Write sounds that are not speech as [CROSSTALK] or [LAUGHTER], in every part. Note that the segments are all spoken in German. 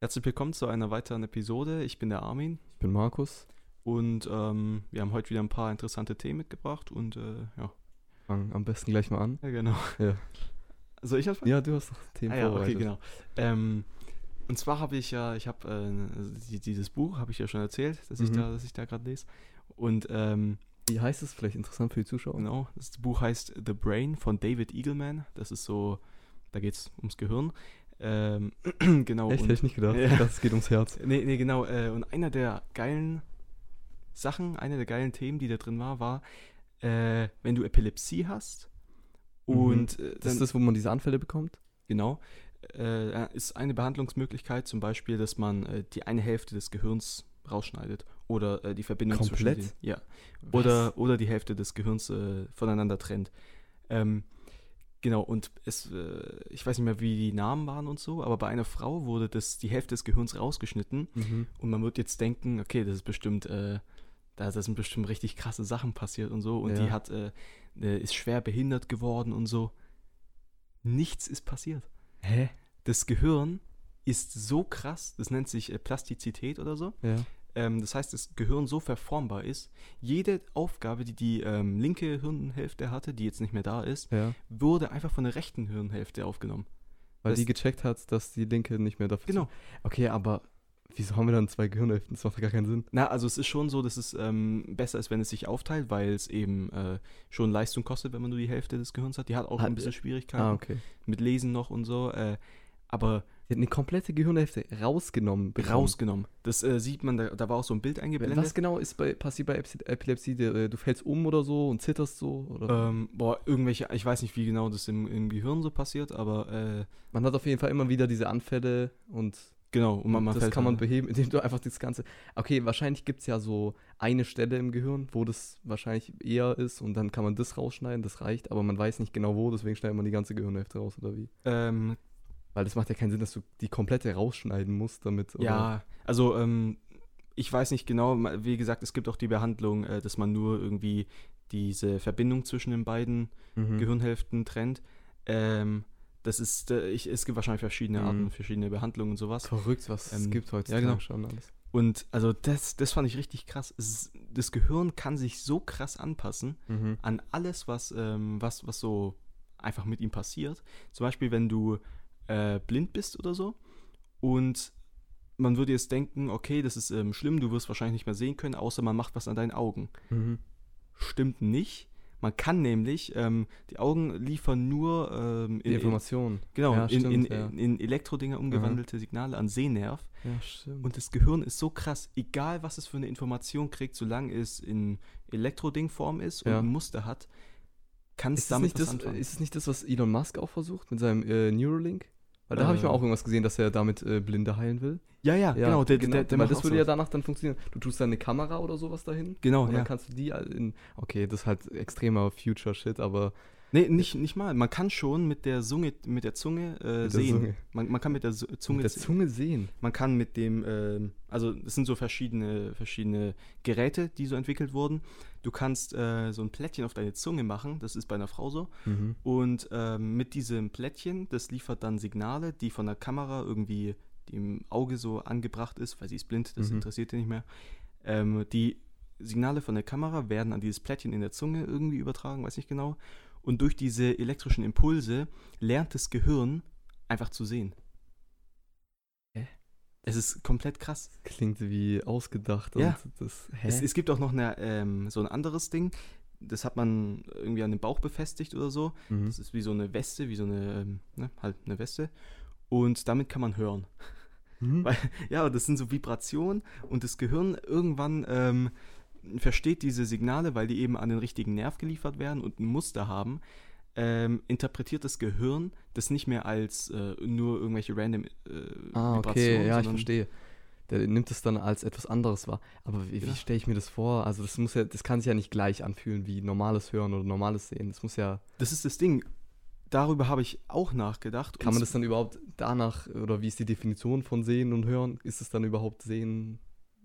Herzlich willkommen zu einer weiteren Episode. Ich bin der Armin Ich bin Markus. und ähm, wir haben heute wieder ein paar interessante Themen mitgebracht und äh, ja. Fang am besten gleich mal an. ja, genau. Ja. Soll ich anfangen? Ja, du hast noch Themen ah, ja, okay, vorbereitet. genau. Ähm, und zwar habe ich ja, ich habe äh, also die, dieses Buch, habe ich ja schon erzählt, dass ich Mhm. da, dass ich da gerade lese. Und ähm, Wie heißt es vielleicht interessant für die Zuschauer? Genau, das Buch heißt The Brain von David Eagleman. Das ist so, da geht es ums Gehirn. Ähm, [CLEARS THROAT] genau. Echt, und- hätte ich nicht gedacht. Ja. Ich dachte, es geht ums [LAUGHS] Herz. Nee, nee, genau. Äh, und einer der geilen Sachen, einer der geilen Themen, die da drin war, war, äh, wenn du Epilepsie hast Mhm. und äh, Das dann- ist das, wo man diese Anfälle bekommt? Genau. Äh, ist eine Behandlungsmöglichkeit zum Beispiel, dass man äh, die eine Hälfte des Gehirns rausschneidet oder äh, die Verbindung Komplett? zwischen den, ja oder oder die Hälfte des Gehirns äh, voneinander trennt. Ähm, genau und es äh, ich weiß nicht mehr wie die Namen waren und so, aber bei einer Frau wurde das die Hälfte des Gehirns rausgeschnitten Mhm. und man wird jetzt denken, okay, das ist bestimmt äh, da da sind bestimmt richtig krasse Sachen passiert und so und die Ja. hat äh, äh, ist schwer behindert geworden und so. Nichts ist passiert Hä? das Gehirn ist so krass, das nennt sich äh, Plastizität oder so. Ja. Ähm, das heißt, das Gehirn so verformbar ist, jede Aufgabe, die die ähm, linke Hirnhälfte hatte, die jetzt nicht mehr da ist, ja. wurde einfach von der rechten Hirnhälfte aufgenommen. Weil Das- die gecheckt hat, dass die Linke nicht mehr dafür Genau. zu- Okay, aber wieso haben wir dann zwei Gehirnhälften? Das macht ja gar keinen Sinn. Na, also es ist schon so, dass es ähm, besser ist, wenn es sich aufteilt, weil es eben äh, schon Leistung kostet, wenn man nur die Hälfte des Gehirns hat. Die hat auch Hat- ein bisschen Schwierigkeiten Ah, okay. mit Lesen noch und so. Äh, aber Die hat eine komplette Gehirnhälfte rausgenommen. bekommen. rausgenommen. Das äh, sieht man, da, da war auch so ein Bild eingeblendet. Was genau ist bei, passiert bei Epi- Epilepsie? Der, äh, Du fällst um oder so und zitterst so? Oder? Ähm, boah, irgendwelche, ich weiß nicht, wie genau das im, im Gehirn so passiert, aber äh, Man hat auf jeden Fall immer wieder diese Anfälle und genau. Und man, man das fällt kann man halt- beheben, indem du einfach das Ganze. Okay, wahrscheinlich gibt es ja so eine Stelle im Gehirn, wo das wahrscheinlich eher ist und dann kann man das rausschneiden, das reicht, aber man weiß nicht genau wo, deswegen schneidet man die ganze Gehirnhälfte raus oder wie. ähm, Weil das macht ja keinen Sinn, dass du die komplette rausschneiden musst, damit. Oder? ja, also ähm, ich weiß nicht genau, ma- wie gesagt, es gibt auch die Behandlung, äh, dass man nur irgendwie diese Verbindung zwischen den beiden Mhm. Gehirnhälften trennt. Ähm, das ist, äh, ich, es gibt wahrscheinlich verschiedene Arten, Mhm. verschiedene Behandlungen und sowas. Verrückt, was Ähm, es gibt heutzutage genau. schon alles. Und also das, das fand ich richtig krass. Es ist, das Gehirn kann sich so krass anpassen, an alles, was, ähm, was, was so einfach mit ihm passiert. Zum Beispiel, wenn du äh, blind bist oder so und man würde jetzt denken, okay, das ist ähm, schlimm, du wirst wahrscheinlich nicht mehr sehen können, außer man macht was an deinen Augen. Mhm. Stimmt nicht. Man kann nämlich, ähm, die Augen liefern nur ähm, Die in, in, Informationen. genau, Ja, in, in, stimmt, ja. Mhm. in, in Elektrodinger umgewandelte Signale an Sehnerv. Ja, stimmt. Und das Gehirn ist so krass, egal was es für eine Information kriegt, solange es in Elektrodingform ist und Ja. ein Muster hat, kann es ist, es damit nicht was das, äh, anfangen. ist es nicht das, was Elon Musk auch versucht mit seinem äh, Neuralink? Weil da habe ich mal Äh. auch irgendwas gesehen, dass er damit äh, Blinde heilen will. ja, ja, genau. Der, der, der weil macht das auch würde ja sowas. danach dann funktionieren. Du tust dann eine Kamera oder sowas dahin Genau, und dann ja. kannst du die all- in. Okay, das ist halt extremer Future-Shit, Äh, aber Nee, nicht, nicht mal. Man kann schon mit der Zunge, mit der Zunge äh, Mit der sehen. Zunge. Man, man kann mit der Su- Zunge mit der se- Zunge sehen. Man kann mit dem, ähm, also es sind so verschiedene, verschiedene Geräte, die so entwickelt wurden. Du kannst äh, so ein Plättchen auf deine Zunge machen, das ist bei einer Frau so. Und ähm, mit diesem Plättchen, das liefert dann Signale, die von der Kamera irgendwie dem Auge so angebracht ist, weil sie ist blind, das Mhm. interessiert ihr nicht mehr. Ähm, die Signale von der Kamera werden an dieses Plättchen in der Zunge irgendwie übertragen, weiß nicht genau. Und durch diese elektrischen Impulse lernt das Gehirn einfach zu sehen. Hä? Es ist komplett krass. Klingt wie ausgedacht. Ja. Und das, hä? Es, es gibt auch noch eine, ähm, so ein anderes Ding, das hat man irgendwie an den Bauch befestigt oder so. mhm. Das ist wie so eine Weste, wie so eine, ähm, ne, halt eine Weste. Und damit kann man hören. [LAUGHS] Mhm. weil- Ja, und das sind so Vibrationen und das Gehirn irgendwann ähm, versteht diese Signale, weil die eben an den richtigen Nerv geliefert werden und ein Muster haben. Ähm, interpretiert das Gehirn das nicht mehr als äh, nur irgendwelche random äh, Ah, okay, ja, ich sondern- verstehe. Der nimmt es dann als etwas anderes wahr. Aber wie, Ja. wie stelle ich mir das vor? Also das muss ja, das kann sich ja nicht gleich anfühlen wie normales Hören oder normales Sehen. Das muss ja. Das ist das Ding. Darüber habe ich auch nachgedacht. Kann man das dann überhaupt danach, oder wie ist die Definition von Sehen und Hören? Ist es dann überhaupt Sehen,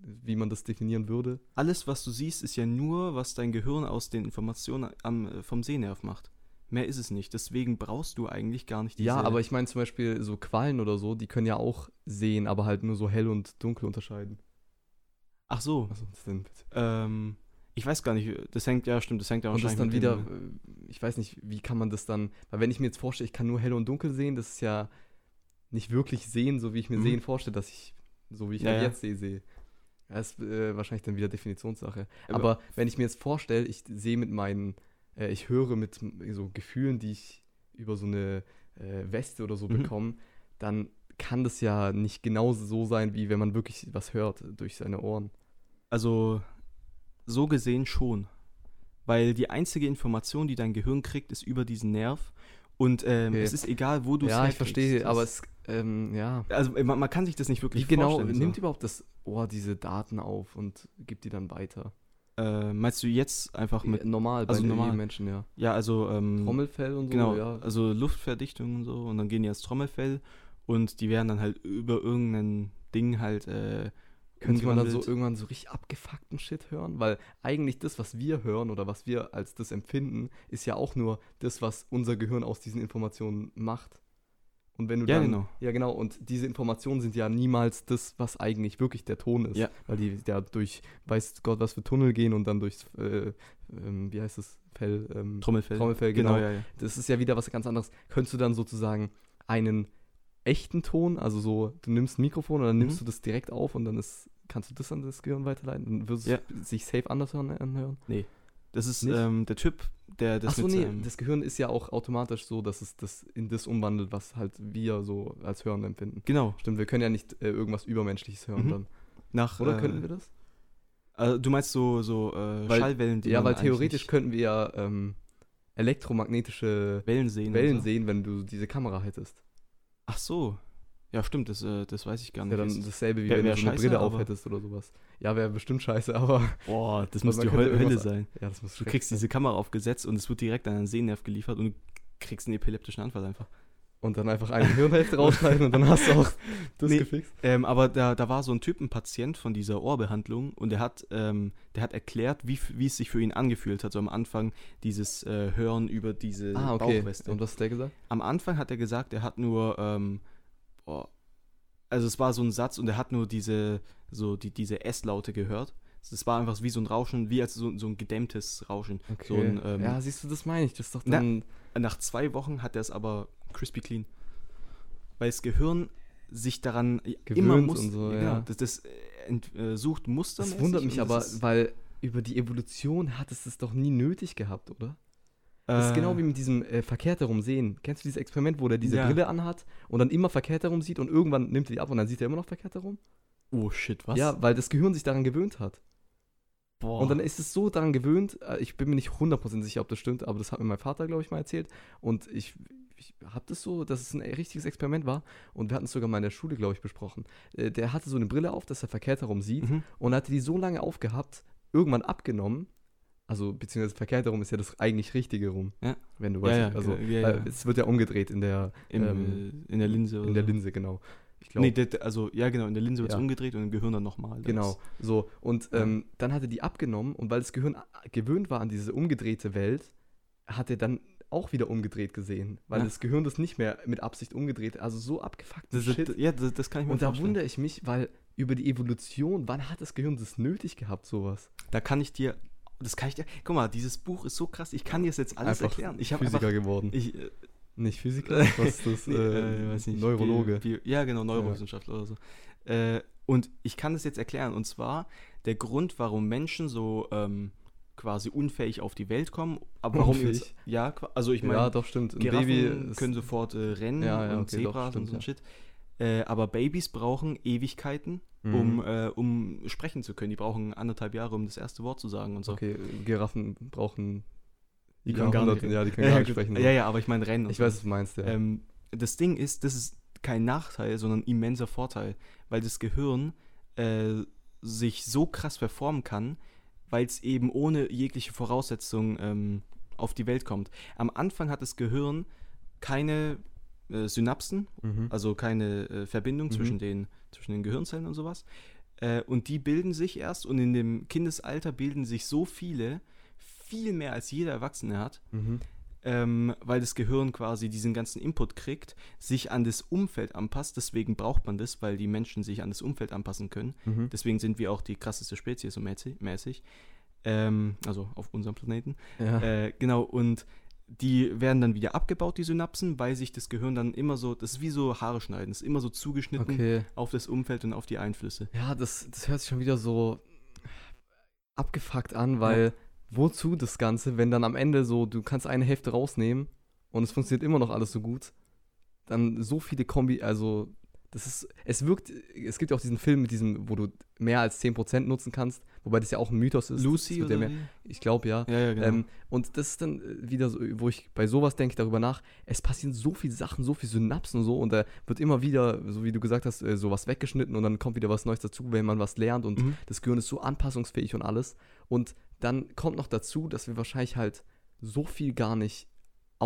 wie man das definieren würde? alles, was du siehst, ist ja nur, was dein Gehirn aus den Informationen am, vom äh, Sehnerv macht. Mehr ist es nicht. Deswegen brauchst du eigentlich gar nicht diese. Ja, aber ich meine zum Beispiel so Quallen oder so, die können ja auch sehen, aber halt nur so hell und dunkel unterscheiden. Ach so. Was ist das denn bitte? Ähm, ich weiß gar nicht. Das hängt ja, stimmt. Das hängt ja Und das wahrscheinlich dann mit wieder, dem- äh, ich weiß nicht, wie kann man das dann, weil wenn ich mir jetzt vorstelle, ich kann nur hell und dunkel sehen, das ist ja nicht wirklich sehen, so wie ich mir Mhm. sehen vorstelle, dass ich, so wie ich Ja, halt ja. jetzt sehe, sehe. Das ist äh, wahrscheinlich dann wieder Definitionssache. Aber- Aber wenn ich mir jetzt vorstelle, ich sehe mit meinen, äh, ich höre mit m- so Gefühlen, die ich über so eine äh, Weste oder so Mhm. bekomme, dann kann das ja nicht genauso so sein, wie wenn man wirklich was hört äh, durch seine Ohren. Also so gesehen schon. Weil die einzige Information, die dein Gehirn kriegt, ist über diesen Nerv. Und ähm, Okay. es ist egal, wo du es ja, ich herkriegst. verstehe, Das- aber es, ähm, ja. Also äh, man, man kann sich das nicht Wie wirklich genau vorstellen. nimmt überhaupt das Ohr diese Daten auf und gibt die dann weiter? so. äh, meinst du jetzt einfach mit. normal, bei also den normal. normalen Menschen, ja. Ja, also. Ähm, Trommelfell und so, Genau, ja. also Luftverdichtung und so. Und dann gehen die ins Trommelfell und die werden dann halt über irgendein Ding halt. Äh, Könnte man dann so umgewandelt. irgendwann so richtig abgefuckten Shit hören? Weil eigentlich das, was wir hören oder was wir als das empfinden, ist ja auch nur das, was unser Gehirn aus diesen Informationen macht. Und wenn du Ja, dann, genau. ja genau, und diese Informationen sind ja niemals das, was eigentlich wirklich der Ton ist. Ja. Weil die ja durch, weiß Gott, was für Tunnel gehen und dann durchs, äh, ähm, wie heißt das, Fell, ähm, Trommelfell. Trommelfell, genau, genau. ja, ja. das ist ja wieder was ganz anderes. Könntest du dann sozusagen einen echten Ton, also so, du nimmst ein Mikrofon und dann nimmst Mhm. du das direkt auf und dann ist, kannst du das an das Gehirn weiterleiten? Dann würdest Ja. du es sich safe anders hören- äh, anhören? Das ist Nicht? ähm, der Typ, der das Achso, mit ähm, nee, seinem- das Gehirn ist ja auch automatisch so, dass es das in das umwandelt, was halt wir so als Hören empfinden. Genau. Stimmt, wir können ja nicht äh, irgendwas Übermenschliches hören Mhm. dann. Nach, Oder äh, könnten wir das? Also, du meinst so, so äh, Weil- Schallwellen, die Ja, man weil eigentlich theoretisch nicht- könnten wir ja ähm, elektromagnetische Wellen sehen. und Wellen so. sehen, wenn du diese Kamera hättest. Ach so. Ja, stimmt, das, äh, das weiß ich gar Ist nicht. ja dann Jetzt- dasselbe, wie Wär- wenn wär du so eine scheiße, Brille auf aber- hättest oder sowas. Ja, wäre bestimmt scheiße, [LAUGHS] aber. Boah, das Man- muss man die könnte Hölle, Hölle irgendwas- sein. Ja, das muss Du kriegst diese Kamera aufgesetzt und es wird direkt an deinen Sehnerv geliefert und du kriegst einen epileptischen Anfall einfach. Und dann einfach eine Hirnhälfte rausschneiden und dann hast [LAUGHS] du auch das Nee. gefixt. Ähm, aber da, da war so ein Typ, ein Patient von dieser Ohrbehandlung und der hat, ähm, der hat erklärt, wie, f- wie es sich für ihn angefühlt hat. So am Anfang dieses äh, Hören über diese Ah, okay. Bauchweste. Und was hat der gesagt? am Anfang hat er gesagt, er hat nur, ähm, boah, also es war so ein Satz und er hat nur diese, so die, diese S-Laute gehört. Es war einfach wie so ein Rauschen, wie als so, so ein gedämmtes Rauschen. Okay. So ein, ähm, ja, siehst du, das meine ich. Das ist doch Na, dann. Nach zwei Wochen hat er es aber crispy clean. Weil das Gehirn sich daran immer Gewöhnt muss, und so, genau, ja. das, das äh, ent, äh, sucht Muster. das wundert mich aber, weil über die Evolution hat es das doch nie nötig gehabt, oder? Das ist genau wie mit diesem äh, verkehrt herum sehen. Kennst du dieses Experiment, wo der diese Ja. Brille anhat und dann immer verkehrt herum sieht und irgendwann nimmt er die ab und dann sieht er immer noch verkehrt herum? Oh shit, was? Ja, weil das Gehirn sich daran gewöhnt hat. Boah. Und dann ist es so daran gewöhnt, äh, ich bin mir nicht 100% sicher, ob das stimmt, aber das hat mir mein Vater, glaube ich, mal erzählt. Und ich, ich habe das so, dass es ein äh, richtiges Experiment war. Und wir hatten es sogar mal in der Schule, glaube ich, besprochen. Äh, Der hatte so eine Brille auf, dass er verkehrt herum sieht. Mhm. Und hatte die so lange aufgehabt, irgendwann abgenommen. Also, beziehungsweise verkehrt herum ist ja das eigentlich Richtige rum. Ja. Wenn du Ja, weißt, ja, also, ja, ja. weil es wird ja umgedreht in der, Im, ähm, äh, in der Linse. oder in der so. Linse, genau. Ich Nee, der, der- also, ja, genau, in der Linse wird es Ja. umgedreht und im Gehirn dann nochmal. Das- Genau, so. Und Ja. ähm, dann hat er die abgenommen und weil das Gehirn a- gewöhnt war an diese umgedrehte Welt, hat er dann auch wieder umgedreht gesehen, weil Ja. das Gehirn das nicht mehr mit Absicht umgedreht, also so abgefuckten Das, das, Shit. ja, das, das kann ich mir Und da vorstellen. wundere ich mich, weil über die Evolution, wann hat das Gehirn das nötig gehabt, sowas? Da kann ich dir, das kann ich dir, guck mal, dieses Buch ist so krass, ich kann dir das jetzt alles erklären. Ich habe Physiker einfach, geworden. ich, äh, nicht Physiker, was ist [LAUGHS] das? nee, äh, äh, weiß nicht, Neurologe. Bio, Bio, ja, genau, Neurowissenschaftler oder so. Äh, und ich kann das jetzt erklären. Und zwar der Grund, warum Menschen so ähm, quasi unfähig auf die Welt kommen, aber warum Unfähig? jetzt, ja, qua- also ich meine, ja, doch, stimmt. Ein Giraffen Baby ist, können sofort äh, rennen Ja, ja, und okay, doch, Zebras und so ein stimmt, Shit. Äh, aber Babys brauchen Ewigkeiten, Mhm. um, äh, um sprechen zu können. Die brauchen anderthalb Jahre, um das erste Wort zu sagen und so. Okay, Giraffen brauchen. Die können gar nicht Jahrhunderte- reden. Ja, die können gar nicht gut. sprechen. so. Ja, ja, aber ich meine Rennen. und Ich so. weiß, was du meinst, ja. Ähm, das Ding ist, das ist kein Nachteil, sondern ein immenser Vorteil, weil das Gehirn äh, sich so krass verformen kann, weil es eben ohne jegliche Voraussetzung ähm, auf die Welt kommt. Am Anfang hat das Gehirn keine äh, Synapsen, Mhm. also keine äh, Verbindung Mhm. zwischen, den, zwischen den Gehirnzellen und sowas. Äh, und die bilden sich erst und in dem Kindesalter bilden sich so viele, viel mehr als jeder Erwachsene hat, Mhm. ähm, weil das Gehirn quasi diesen ganzen Input kriegt, sich an das Umfeld anpasst. Deswegen braucht man das, weil die Menschen sich an das Umfeld anpassen können. Mhm. Deswegen sind wir auch die krasseste Spezies so mäßig. mäßig. Ähm, also auf unserem Planeten. Ja. Äh, genau, und die werden dann wieder abgebaut, die Synapsen, weil sich das Gehirn dann immer so, das ist wie so Haare schneiden, ist immer so zugeschnitten okay. auf das Umfeld und auf die Einflüsse. Ja, das, das hört sich schon wieder so abgefuckt an, weil wozu das Ganze, wenn dann am Ende so, du kannst eine Hälfte rausnehmen und es funktioniert immer noch alles so gut, dann so viele Kombi, also das ist, es wirkt, es gibt ja auch diesen Film mit diesem, wo du mehr als 10% nutzen kannst, wobei das ja auch ein Mythos ist. Das Lucy wird ja oder mehr, wie? Ich glaube ja. Ja, ja, genau. Ähm, und das ist dann äh, wieder so, wo ich bei sowas denke ich darüber nach, es passieren so viele Sachen, so viele Synapsen und so und da wird immer wieder, so wie du gesagt hast, äh, sowas weggeschnitten und dann kommt wieder was Neues dazu, wenn man was lernt und Mhm. das Gehirn ist so anpassungsfähig und alles. Und dann kommt noch dazu, dass wir wahrscheinlich halt so viel gar nicht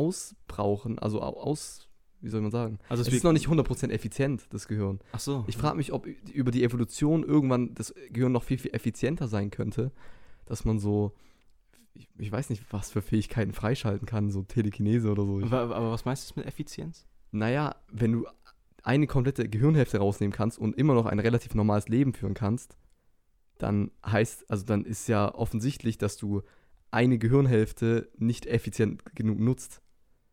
ausbrauchen, also au- aus, wie soll man sagen, also es ist noch nicht 100% effizient, das Gehirn. ach so. Ich frage mich, ob ü- über die Evolution irgendwann das Gehirn noch viel, viel effizienter sein könnte, dass man so, ich, ich weiß nicht, was für Fähigkeiten freischalten kann, so Telekinese oder so. Ich, Wa- aber was meinst du mit Effizienz? naja, wenn du eine komplette Gehirnhälfte rausnehmen kannst und immer noch ein relativ normales Leben führen kannst, dann heißt, also dann ist ja offensichtlich, dass du eine Gehirnhälfte nicht effizient genug nutzt.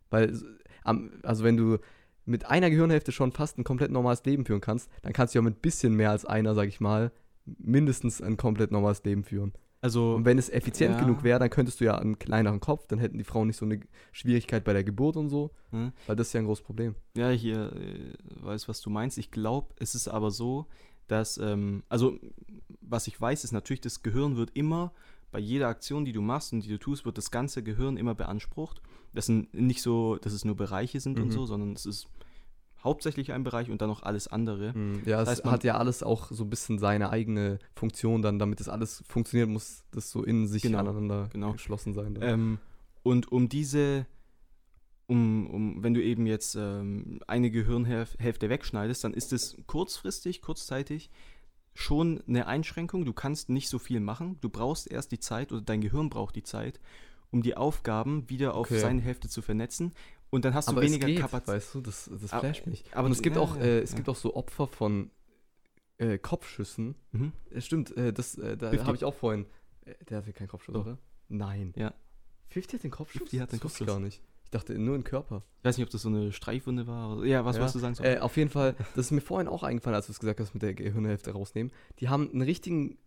Weil, s- am- also wenn du mit einer Gehirnhälfte schon fast ein komplett normales Leben führen kannst, dann kannst du ja mit bisschen mehr als einer, sag ich mal, mindestens ein komplett normales Leben führen. Also, Und wenn es effizient Ja. genug wäre, dann könntest du ja einen kleineren Kopf, dann hätten die Frauen nicht so eine Schwierigkeit bei der Geburt und so, Mhm. weil das ist ja ein großes Problem. ja, hier äh, weiß, was du meinst. Ich glaube, es ist aber so, dass, ähm, also, was ich weiß, ist natürlich, das Gehirn wird immer bei jeder Aktion, die du machst und die du tust, wird das ganze Gehirn immer beansprucht. Das sind nicht so, dass es nur Bereiche sind Mhm. und so, sondern es ist hauptsächlich ein Bereich und dann noch alles andere. Mhm, Ja, Das es heißt, man- hat ja alles auch so ein bisschen seine eigene Funktion dann, damit das alles funktioniert, muss das so in sich Genau, aneinander genau. geschlossen sein. dann. Ähm, und um diese, um, um, wenn du eben jetzt ähm, eine Gehirnhälfte wegschneidest, dann ist es kurzfristig, kurzzeitig schon eine Einschränkung. Du kannst nicht so viel machen. Du brauchst erst die Zeit oder dein Gehirn braucht die Zeit, um die Aufgaben wieder auf Okay. seine Hälfte zu vernetzen. Und dann hast du aber weniger es geht, Kapazität. weißt du, das, das Aber- flasht mich. aber Und du- es gibt ja, auch, ja, äh, es ja. gibt auch so Opfer von äh, Kopfschüssen. Mhm. Äh, stimmt, äh, das, äh, da 50. habe ich auch vorhin. Äh, der hatte keinen Kopfschuss, Doch. oder? Nein. Ja. 50 hat den Kopfschuss? 50 hat den Das wusste Kopfschuss. ich gar nicht. Ich dachte nur den Körper. Ich weiß nicht, ob das so eine Streifwunde war. Oder, ja, was Ja. wolltest du sagen? So, Äh, auf jeden Fall, das ist mir vorhin auch eingefallen, als du es gesagt hast, mit der Gehirnhälfte rausnehmen. Die haben einen richtigen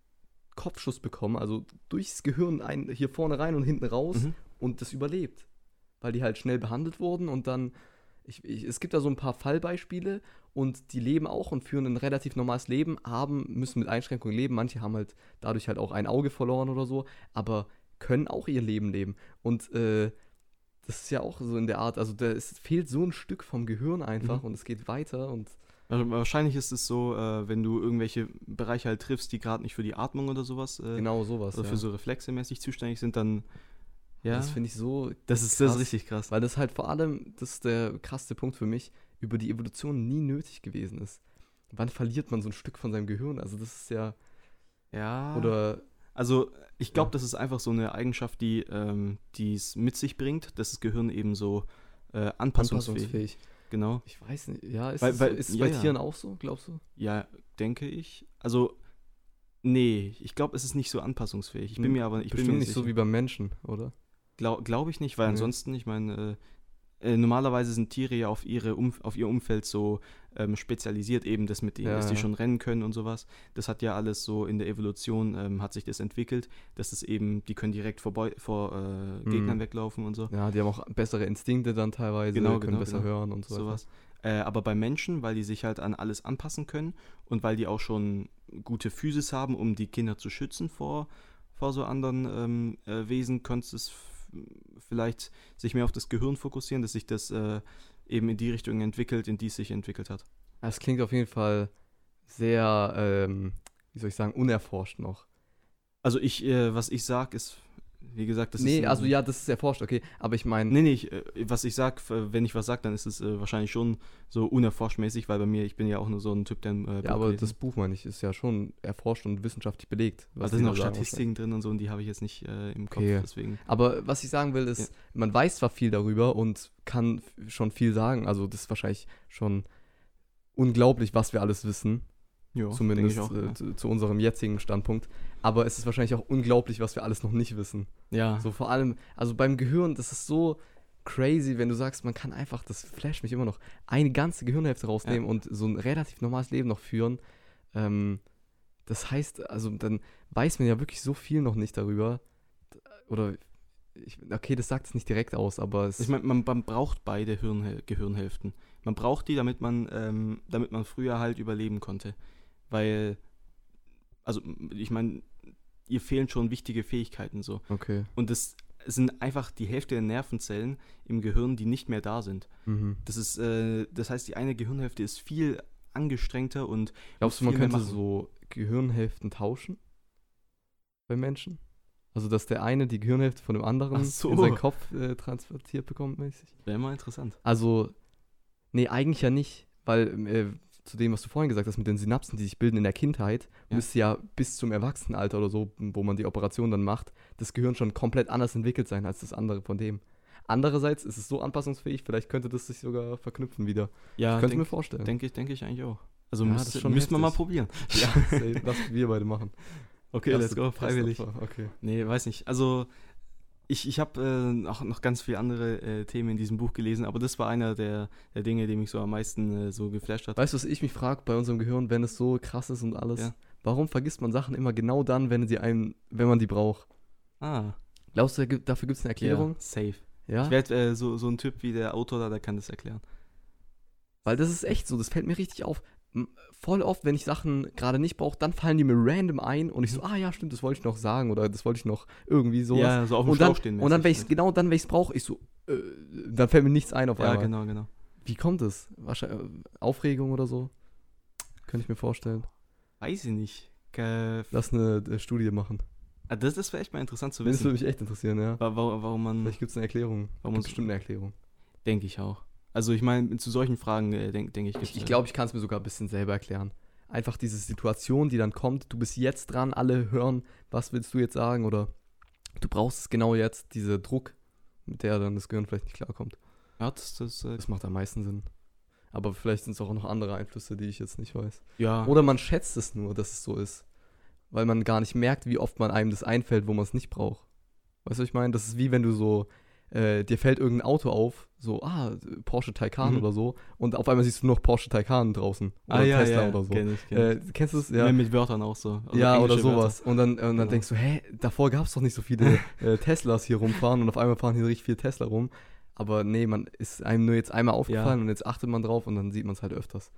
Kopfschuss bekommen, also durchs Gehirn ein, hier vorne rein und hinten raus Mhm. und das überlebt. Weil die halt schnell behandelt wurden und dann. Ich, ich, es gibt da so ein paar Fallbeispiele und die leben auch und führen ein relativ normales Leben, haben, müssen mit Einschränkungen leben. Manche haben halt dadurch halt auch ein Auge verloren oder so, aber können auch ihr Leben leben. Und äh, das ist ja auch so in der Art, also da ist, fehlt so ein Stück vom Gehirn einfach Mhm. und es geht weiter und Wa- Wahrscheinlich ist es so, äh, wenn du irgendwelche Bereiche halt triffst, die gerade nicht für die Atmung oder sowas äh, genau sowas. also ja. für so reflexemäßig zuständig sind, dann ja, Das finde ich so, ist krass. krass. weil das halt vor allem, das ist der krasseste Punkt für mich, über die Evolution nie nötig gewesen ist. Wann verliert man so ein Stück von seinem Gehirn? Also das ist ja, Ja. Oder oder also ich glaube, Ja. das ist einfach so eine Eigenschaft, die ähm, es mit sich bringt, dass das Gehirn eben so äh, anpassungsfähig, anpassungsfähig. Genau. Ich weiß nicht, ja, ist Weil- es, weil- so, ist es ja, bei ja. Tieren auch so, glaubst du? Ja, denke ich. Also nee, ich glaube, es ist nicht so anpassungsfähig. Ich bin Hm, mir aber ich Bestimmt bin mir nicht so wie beim Menschen, oder? glaube glaub ich nicht, weil Nee. ansonsten, ich meine, äh, äh, normalerweise sind Tiere ja auf, ihre um auf ihr Umfeld so ähm, spezialisiert, eben das mit denen, Ja, dass die ja. schon rennen können und sowas. Das hat ja alles so in der Evolution, ähm, hat sich das entwickelt, dass es eben, die können direkt vor, Beu- vor äh, Gegnern Mhm. weglaufen und so, Ja, die haben auch bessere Instinkte dann teilweise, Genau, können genau, besser genau. hören und so weiter. sowas. Äh, aber bei Menschen, weil die sich halt an alles anpassen können und weil die auch schon gute Physis haben, um die Kinder zu schützen vor, vor so anderen ähm, äh, Wesen, könnte es f- vielleicht sich mehr auf das Gehirn fokussieren, dass sich das äh, eben in die Richtung entwickelt, in die es sich entwickelt hat. Das klingt auf jeden Fall sehr, ähm, wie soll ich sagen, unerforscht noch. Also ich, äh, was ich sage, ist, Wie gesagt, das nee, ist. ein- also ja, das ist erforscht, okay. Aber ich meine, Nee, nee, ich, äh, was ich sag, äh, wenn ich was sag, dann ist es äh, wahrscheinlich schon so unerforschtmäßig, weil bei mir, ich bin ja auch nur so ein Typ, der. ein, Äh, Buch ja, aber lesen- das Buch, meine ich, ist ja schon erforscht und wissenschaftlich belegt. also, was da die sind da auch sagen, wahrscheinlich. Statistiken drin und so und die habe ich jetzt nicht äh, im Kopf, Okay. deswegen. Aber was ich sagen will, ist, man weiß zwar viel darüber und kann f- schon viel sagen. Also, das ist wahrscheinlich schon unglaublich, was wir alles wissen. Ja, denke zumindest ich auch. äh, zu, zu unserem jetzigen Standpunkt. Aber es ist wahrscheinlich auch unglaublich, was wir alles noch nicht wissen. ja. So vor allem, also beim Gehirn, das ist so crazy, wenn du sagst, man kann einfach, das flasht mich immer noch, eine ganze Gehirnhälfte rausnehmen und so ein relativ normales Leben noch führen. Ähm, das heißt, also dann weiß man ja wirklich so viel noch nicht darüber. D- Oder, ich, okay, das sagt es nicht direkt aus, aber es Ich meine, man, man braucht beide Hirnhäl Gehirnhälften. Man braucht die, damit man, ähm, damit man früher halt überleben konnte. Weil, also ich meine, ihr fehlen schon wichtige Fähigkeiten so. okay. Und das sind einfach die Hälfte der Nervenzellen im Gehirn, die nicht mehr da sind. Mhm. Das ist, äh, das heißt, die eine Gehirnhälfte ist viel angestrengter und Glaubst du, man viel mehr könnte machen. so Gehirnhälften tauschen? Bei Menschen? Also, dass der eine die Gehirnhälfte von dem anderen Ach so. in seinen Kopf äh, transportiert bekommt, mäßig? wäre mal interessant. Also, nee, eigentlich ja nicht, weil ähm, äh, zu dem, was du vorhin gesagt hast, mit den Synapsen, die sich bilden in der Kindheit, Ja. müsste ja bis zum Erwachsenenalter oder so, wo man die Operation dann macht, das Gehirn schon komplett anders entwickelt sein als das andere von dem. Andererseits ist es so anpassungsfähig, vielleicht könnte das sich sogar verknüpfen wieder. Ja, ich könnte denke mir vorstellen. denk ich, denk ich eigentlich auch. Also Ja, das müsste, ist schon müssen wir mal heftig. probieren. [LAUGHS] ja, safe, lass wir beide machen. [LAUGHS] Okay, Erste let's go, freiwillig. Testopfer, Okay. Nee, weiß nicht. Also, ich, ich habe äh, auch noch ganz viele andere äh, Themen in diesem Buch gelesen, aber das war einer der, der Dinge, die mich so am meisten äh, so geflasht hat. Weißt du, was ich mich frage bei unserem Gehirn, wenn es so krass ist und alles? Ja. Warum vergisst man Sachen immer genau dann, wenn, sie einem, wenn man die braucht? Ah, Glaubst du, da gibt- dafür gibt es eine Erklärung? Erklärung? Safe. Ja. Ich werde äh, so, so ein Typ wie der Autor da, der kann das erklären. Weil das ist echt so, das fällt mir richtig auf. M- Voll oft, wenn ich Sachen gerade nicht brauche, dann fallen die mir random ein und ich so, ah ja, stimmt, das wollte ich noch sagen oder das wollte ich noch irgendwie so. so auf und, dann, Schlauch stehen und dann, wenn mäßig, ich genau dann, wenn ich es brauche, ich so, äh, dann fällt mir nichts ein auf ne? Ja, einmal. genau, genau. Wie kommt es? Wahrscheinlich äh, Aufregung oder so? Könnte ich mir vorstellen. Weiß ich nicht. Ke- Lass eine äh, Studie machen. Ah, Das, das wäre echt mal interessant zu Das wissen. würde mich echt interessieren, ja. Wa- wa- Warum man, Vielleicht gibt es eine Erklärung. Warum Gibt uns- bestimmt eine Erklärung. denke ich auch. Also ich meine, zu solchen Fragen äh, denke denk ich. gibt's, Ich, ich äh, glaube, ich kann es mir sogar ein bisschen selber erklären. Einfach diese Situation, die dann kommt, du bist jetzt dran, alle hören, was willst du jetzt sagen oder du brauchst es genau jetzt, dieser Druck, mit der dann das Gehirn vielleicht nicht klarkommt. Ja, das, das, äh, Das macht am meisten Sinn. Aber vielleicht sind es auch noch andere Einflüsse, die ich jetzt nicht weiß. ja. Oder man schätzt es nur, dass es so ist. Weil man gar nicht merkt, wie oft man einem das einfällt, wo man es nicht braucht. Weißt du, was ich meine? Das ist wie wenn du so, äh, dir fällt irgendein Auto auf, so, ah, Porsche Taycan Mhm. oder so, und auf einmal siehst du nur noch Porsche Taycan draußen. Oder ah, ja, Tesla ja, oder so. Kenn ich, kenn ich. Äh, kennst du es? Ja, Ja, mit Wörtern auch so. Also ja oder englische Wörter. sowas. Und dann, und dann Genau. denkst du, hä, davor gab es doch nicht [LAUGHS] so viele äh, Teslas hier rumfahren und auf einmal fahren hier richtig viele Tesla rum. Aber nee, man ist einem nur jetzt einmal aufgefallen und jetzt achtet man drauf und dann sieht man es halt öfters.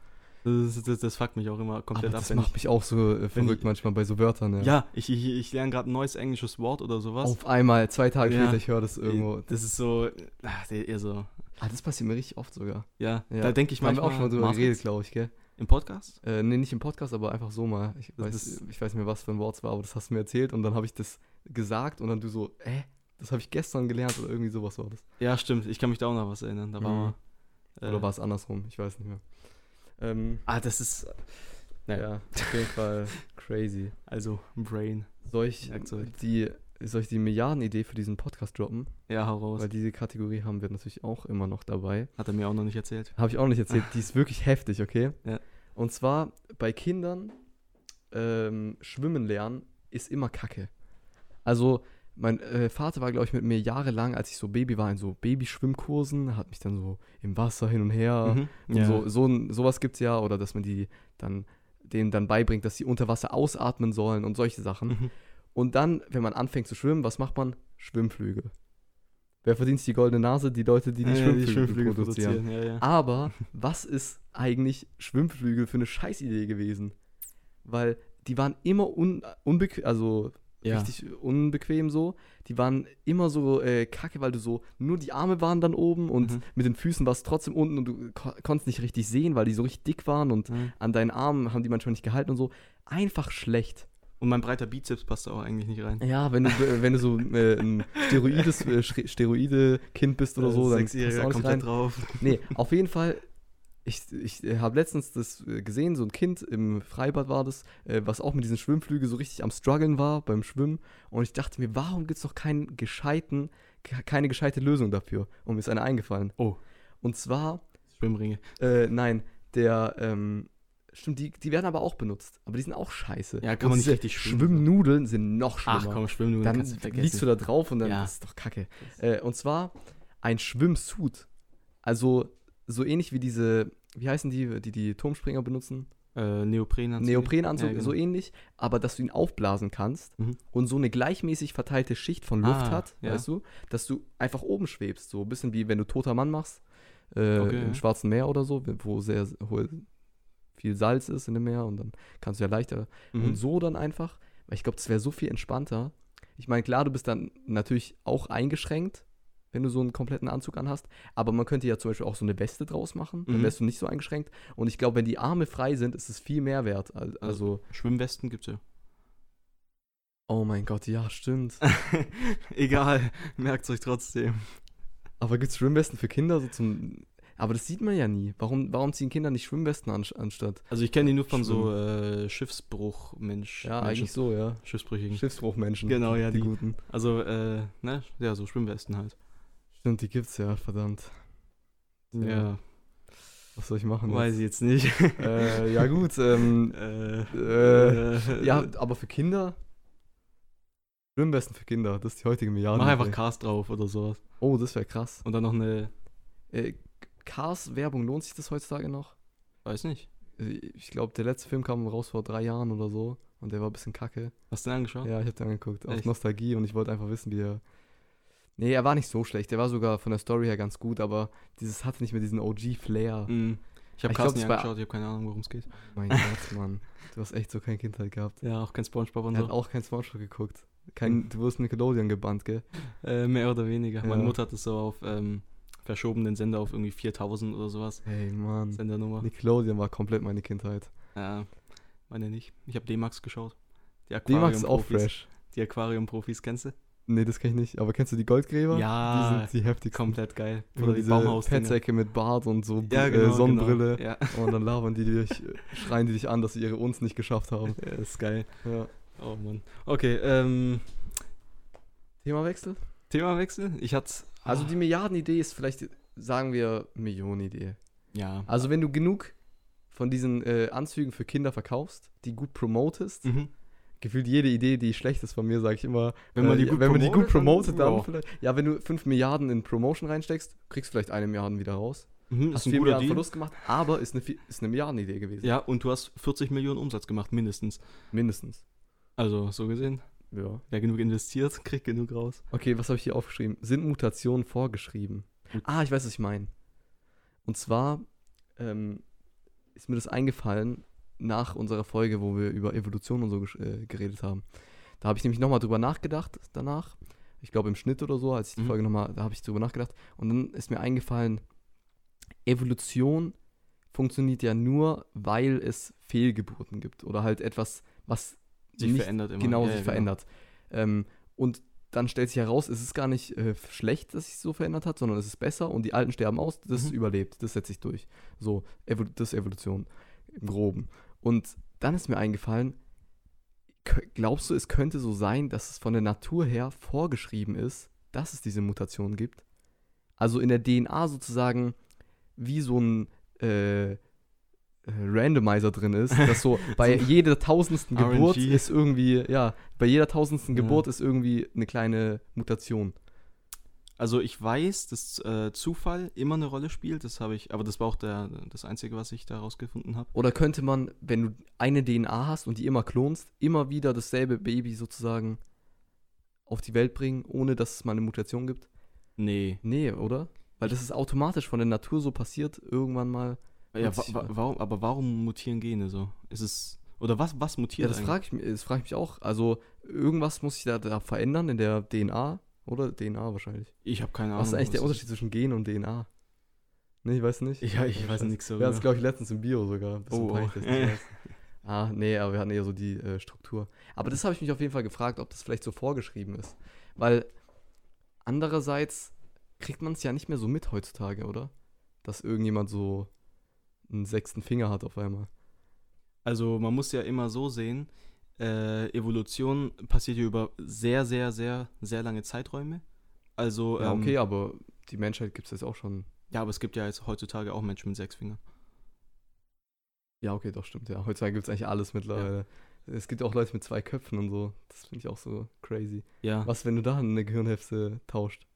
Das, das, das fuckt mich auch immer komplett Aber ab. das wenn macht mich auch so äh, verrückt ich- manchmal bei so Wörtern. ich, ja, ich, ich, ich lerne gerade ein neues englisches Wort oder sowas. Auf einmal, zwei Tage Ja. später, ich höre das irgendwo. Das ist so, ach, eher so. Ah, das passiert mir richtig oft sogar. Ja, Ja. da denke ich Ich meine, wir manchmal. auch schon mal drüber Matrix. geredet, glaube ich, gell? Im Podcast? Äh, nee, nicht im Podcast, aber einfach so mal. Ich Das weiß, ist- ich weiß nicht mehr, was für ein Wort es war, aber das hast du mir erzählt und dann habe ich das gesagt und dann du so, äh, das habe ich gestern gelernt oder irgendwie sowas war das. Ja, stimmt. Ich kann mich da auch noch was erinnern. Da war Mhm. mal. Oder war es andersrum? Ich weiß nicht mehr. Ähm, Ah, das ist. Naja, ja, auf jeden Fall [LAUGHS] crazy. also Brain. Soll ich, Werkzeug. die, soll ich die Milliardenidee für diesen Podcast droppen? Ja, heraus. Weil diese Kategorie haben wir natürlich auch immer noch dabei. Hat er mir auch noch nicht erzählt. Habe ich auch noch nicht erzählt. Die ist wirklich heftig, okay? [LAUGHS] Ja. Und zwar bei Kindern ähm, schwimmen lernen ist immer Kacke. Also mein äh, Vater war, glaube ich, mit mir jahrelang, als ich so Baby war, in so Babyschwimmkursen, hat mich dann so im Wasser hin und her. Mhm. Und so, so, ein- sowas gibt es ja. Oder dass man die dann denen dann beibringt, dass sie unter Wasser ausatmen sollen und solche Sachen. Mhm. Und dann, wenn man anfängt zu schwimmen, was macht man? Schwimmflüge. Wer verdient sich die goldene Nase? Die Leute, die die, Ja, ja, Schwimmflüge, produzieren. Ja, ja. Aber was ist eigentlich Schwimmflügel für eine Scheißidee gewesen? Weil die waren immer un unbequem, also ja. richtig unbequem so. Die waren immer so äh, kacke, weil du so, nur die Arme waren dann oben und Mhm. mit den Füßen war es trotzdem unten und du ko konntest nicht richtig sehen, weil die so richtig dick waren und Ja. an deinen Armen haben die manchmal nicht gehalten und so. Einfach schlecht. Und mein breiter Bizeps passt da auch eigentlich nicht rein. Ja, wenn du, wenn du so äh, ein Steroides, äh, Schre- Steroide-Kind bist oder so, dann passt du Äh, Sechsjähriger auch nicht kommt rein. da drauf. Nee, auf jeden Fall. Ich, ich habe letztens das äh, gesehen, so ein Kind im Freibad war das, äh, was auch mit diesen Schwimmflügen so richtig am Struggeln war beim Schwimmen. Und ich dachte mir, warum gibt es noch keinen gescheiten, ke- keine gescheite Lösung dafür? Und mir ist eine eingefallen. Oh. Und zwar, Schwimmringe. äh, nein, der, ähm, stimmt, die, die werden aber auch benutzt. Aber die sind auch scheiße. Ja, kann Und man nicht diese richtig schwimmen. ne? Schwimmnudeln sind noch schlimmer. Ach komm, Schwimmnudeln dann kannst du vergessen. liegst du da drauf und dann Ja. das ist doch kacke. Äh, und zwar ein Schwimmsuit. Also so ähnlich wie diese, wie heißen die, die die Turmspringer benutzen? äh, Neoprenanzug. Neoprenanzug, Ja, genau. so ähnlich, aber dass du ihn aufblasen kannst Mhm. und so eine gleichmäßig verteilte Schicht von Luft Ah, hat, ja. weißt du, dass du einfach oben schwebst, so ein bisschen wie wenn du toter Mann machst äh, Okay, im ja. Schwarzen Meer oder so, wo sehr hohe, viel Salz ist in dem Meer und dann kannst du ja leichter Mhm. und so dann einfach, weil ich glaube, das wäre so viel entspannter. Ich meine, klar, du bist dann natürlich auch eingeschränkt, wenn du so einen kompletten Anzug anhast, aber man könnte ja zum Beispiel auch so eine Weste draus machen, dann Mhm. wärst du nicht so eingeschränkt. Und ich glaube, wenn die Arme frei sind, ist es viel mehr wert. Al- Also, Schwimmwesten gibt's ja. oh mein Gott, ja, stimmt. [LAUGHS] Egal, merkt's euch trotzdem. Aber gibt es Schwimmwesten für Kinder so zum. Aber das sieht man ja nie. Warum, warum ziehen Kinder nicht Schwimmwesten an, anstatt? Also ich kenne die nur von so äh, Schiffsbruch-Mensch. Ja, Menschen. eigentlich so, ja. Schiffsbrüchigen. Schiffsbruchmenschen. Genau, ja, die die. guten. Also, äh, ne? Ja, so Schwimmwesten halt. Stimmt, die gibt's ja, verdammt. Ja, Was soll ich machen? weiß ich jetzt nicht. äh, ja, gut, ähm, [LAUGHS] äh, Äh, Ja, aber für Kinder? Schwimmwesten für Kinder, das ist die heutige Milliarde. Mach einfach Cars drauf oder sowas. Oh, das wäre krass. Und dann noch eine, Äh, Cars-Werbung, lohnt sich das heutzutage noch? weiß nicht. Äh, Ich glaube, der letzte Film kam raus vor drei Jahren oder so und der war ein bisschen kacke. Hast du den angeschaut? Ja, ich hab den angeguckt, auf Echt? Nostalgie und ich wollte einfach wissen, wie er... Nee, er war nicht so schlecht, der war sogar von der Story her ganz gut, aber dieses hatte nicht mehr diesen OG-Flair. Mhm. Ich habe Ich glaub, Cars das nicht war- angeschaut, ich habe keine Ahnung, worum es geht. Mein Gott, Mann, du hast echt so keine Kindheit gehabt. Ja, auch kein Spongebob und Er hat so. auch kein Spongebob geguckt. Kein, du wirst Nickelodeon gebannt, gell? Äh, mehr oder weniger. Ja. Meine Mutter hat es so auf ähm, verschobenen Sender auf irgendwie 4000 oder sowas. Hey, Mann. Sendernummer. Nickelodeon war komplett meine Kindheit. Ja, meine nicht. Ich habe D-Max geschaut. Die Die magst auch Aquarium-Profis. fresh. Die Aquarium-Profis, kennst du? Nee, das kenn ich nicht. Aber kennst du die Goldgräber? Die Ja, sind die heftigsten. komplett geil. Immer Oder die diese Baumhaus-Dinger. Fettsäcke mit Bart und so Ja, äh, genau, Sonnenbrille. Genau. Ja, Und dann labern die dich, äh, schreien die dich an, dass sie ihre uns nicht geschafft haben. Ja, ist geil. [LAUGHS] Ja. Oh Mann. Okay, ähm, Themawechsel? Themawechsel. Ich hatte. Also die Milliardenidee ist vielleicht, sagen wir, Millionenidee. Ja. Also wenn du genug von diesen äh, Anzügen für Kinder verkaufst, die gut promotest, Mhm. gefühlt jede Idee, die schlecht ist von mir, sage ich immer, äh, Wenn man die ja, gut wenn man die gut promotet, promotet, dann, dann- ja. vielleicht. Ja, wenn du 5 Milliarden in Promotion reinsteckst, kriegst du vielleicht eine Milliarde wieder raus. Mhm, Hast ist ein 4 guter Milliarden Deal. Verlust gemacht, aber ist eine, vi- ist eine Milliardenidee gewesen. Ja, und du hast 40 Millionen Umsatz gemacht, mindestens. Mindestens. Also, so gesehen, Ja. wer genug investiert, kriegt genug raus. Okay, was habe ich hier aufgeschrieben? Sind Mutationen vorgeschrieben? Ah, ich weiß, was ich meine. Und zwar ähm, ist mir das eingefallen nach unserer Folge, wo wir über Evolution und so gesch- äh, geredet haben. Da habe ich nämlich nochmal drüber nachgedacht danach. Ich glaube im Schnitt oder so, als ich die Mhm. Folge nochmal, da habe ich drüber nachgedacht. Und dann ist mir eingefallen, Evolution funktioniert ja nur, weil es Fehlgeburten gibt oder halt etwas, was Sich nicht verändert immer. genau Ja, sich ja, verändert. Ähm, und dann stellt sich heraus, es ist gar nicht äh, schlecht, dass sich so verändert hat, sondern es ist besser und die Alten sterben aus, das Mhm. überlebt, das setzt sich durch. So, Evol das ist Evolution im Groben. Und dann ist mir eingefallen, kö- glaubst du, es könnte so sein, dass es von der Natur her vorgeschrieben ist, dass es diese Mutation gibt? Also in der DNA sozusagen wie so ein äh, äh, Randomizer drin ist, [LAUGHS] dass so bei So ein jeder tausendsten Geburt RNG. ist irgendwie, ja, bei jeder tausendsten Ja. Geburt ist irgendwie eine kleine Mutation. Also ich weiß, dass äh, Zufall immer eine Rolle spielt, das habe ich, aber das war auch der, das Einzige, was ich da rausgefunden habe. Oder könnte man, wenn du eine DNA hast und die immer klonst, immer wieder dasselbe Baby sozusagen auf die Welt bringen, ohne dass es mal eine Mutation gibt? Nee. Nee, oder? Weil das ist automatisch von der Natur so passiert, irgendwann mal. Ja, wa Witzig, wa ne? warum, aber warum mutieren Gene so? Ist es. Oder was, was Ja, mutiert das eigentlich? frage ich, mi- das frag ich mich auch. Also, irgendwas muss sich da, da verändern in der DNA, oder? DNA wahrscheinlich. Ich habe keine Ahnung. was ist eigentlich der es Unterschied zwischen Gen und DNA? Ne, ich weiß nicht. Ja, ich weiß Scheiße. nichts Wir hatten es, darüber. glaube ich, letztens im Bio sogar. Ein bisschen Äh, Oh, oh. [LAUGHS] peinlich, dass ich weiß. Ah, nee, aber wir hatten eher so die äh, Struktur. Aber das habe ich mich auf jeden Fall gefragt, ob das vielleicht so vorgeschrieben ist. Weil andererseits kriegt man es ja nicht mehr so mit heutzutage, oder? Dass irgendjemand so einen sechsten Finger hat auf einmal. Also man muss ja immer so sehen, äh, Evolution passiert ja über sehr, sehr, sehr, sehr lange Zeiträume. Also, ja, ähm, okay, aber die Menschheit gibt es jetzt auch schon. ja, aber es gibt ja jetzt heutzutage auch Menschen mit sechs Fingern. Ja, okay, doch, stimmt, ja. Heutzutage gibt es eigentlich alles mittlerweile. Es gibt auch Leute mit zwei Köpfen und so. Das finde ich auch so crazy. Ja, Was, wenn du da eine Gehirnhälfte tauscht?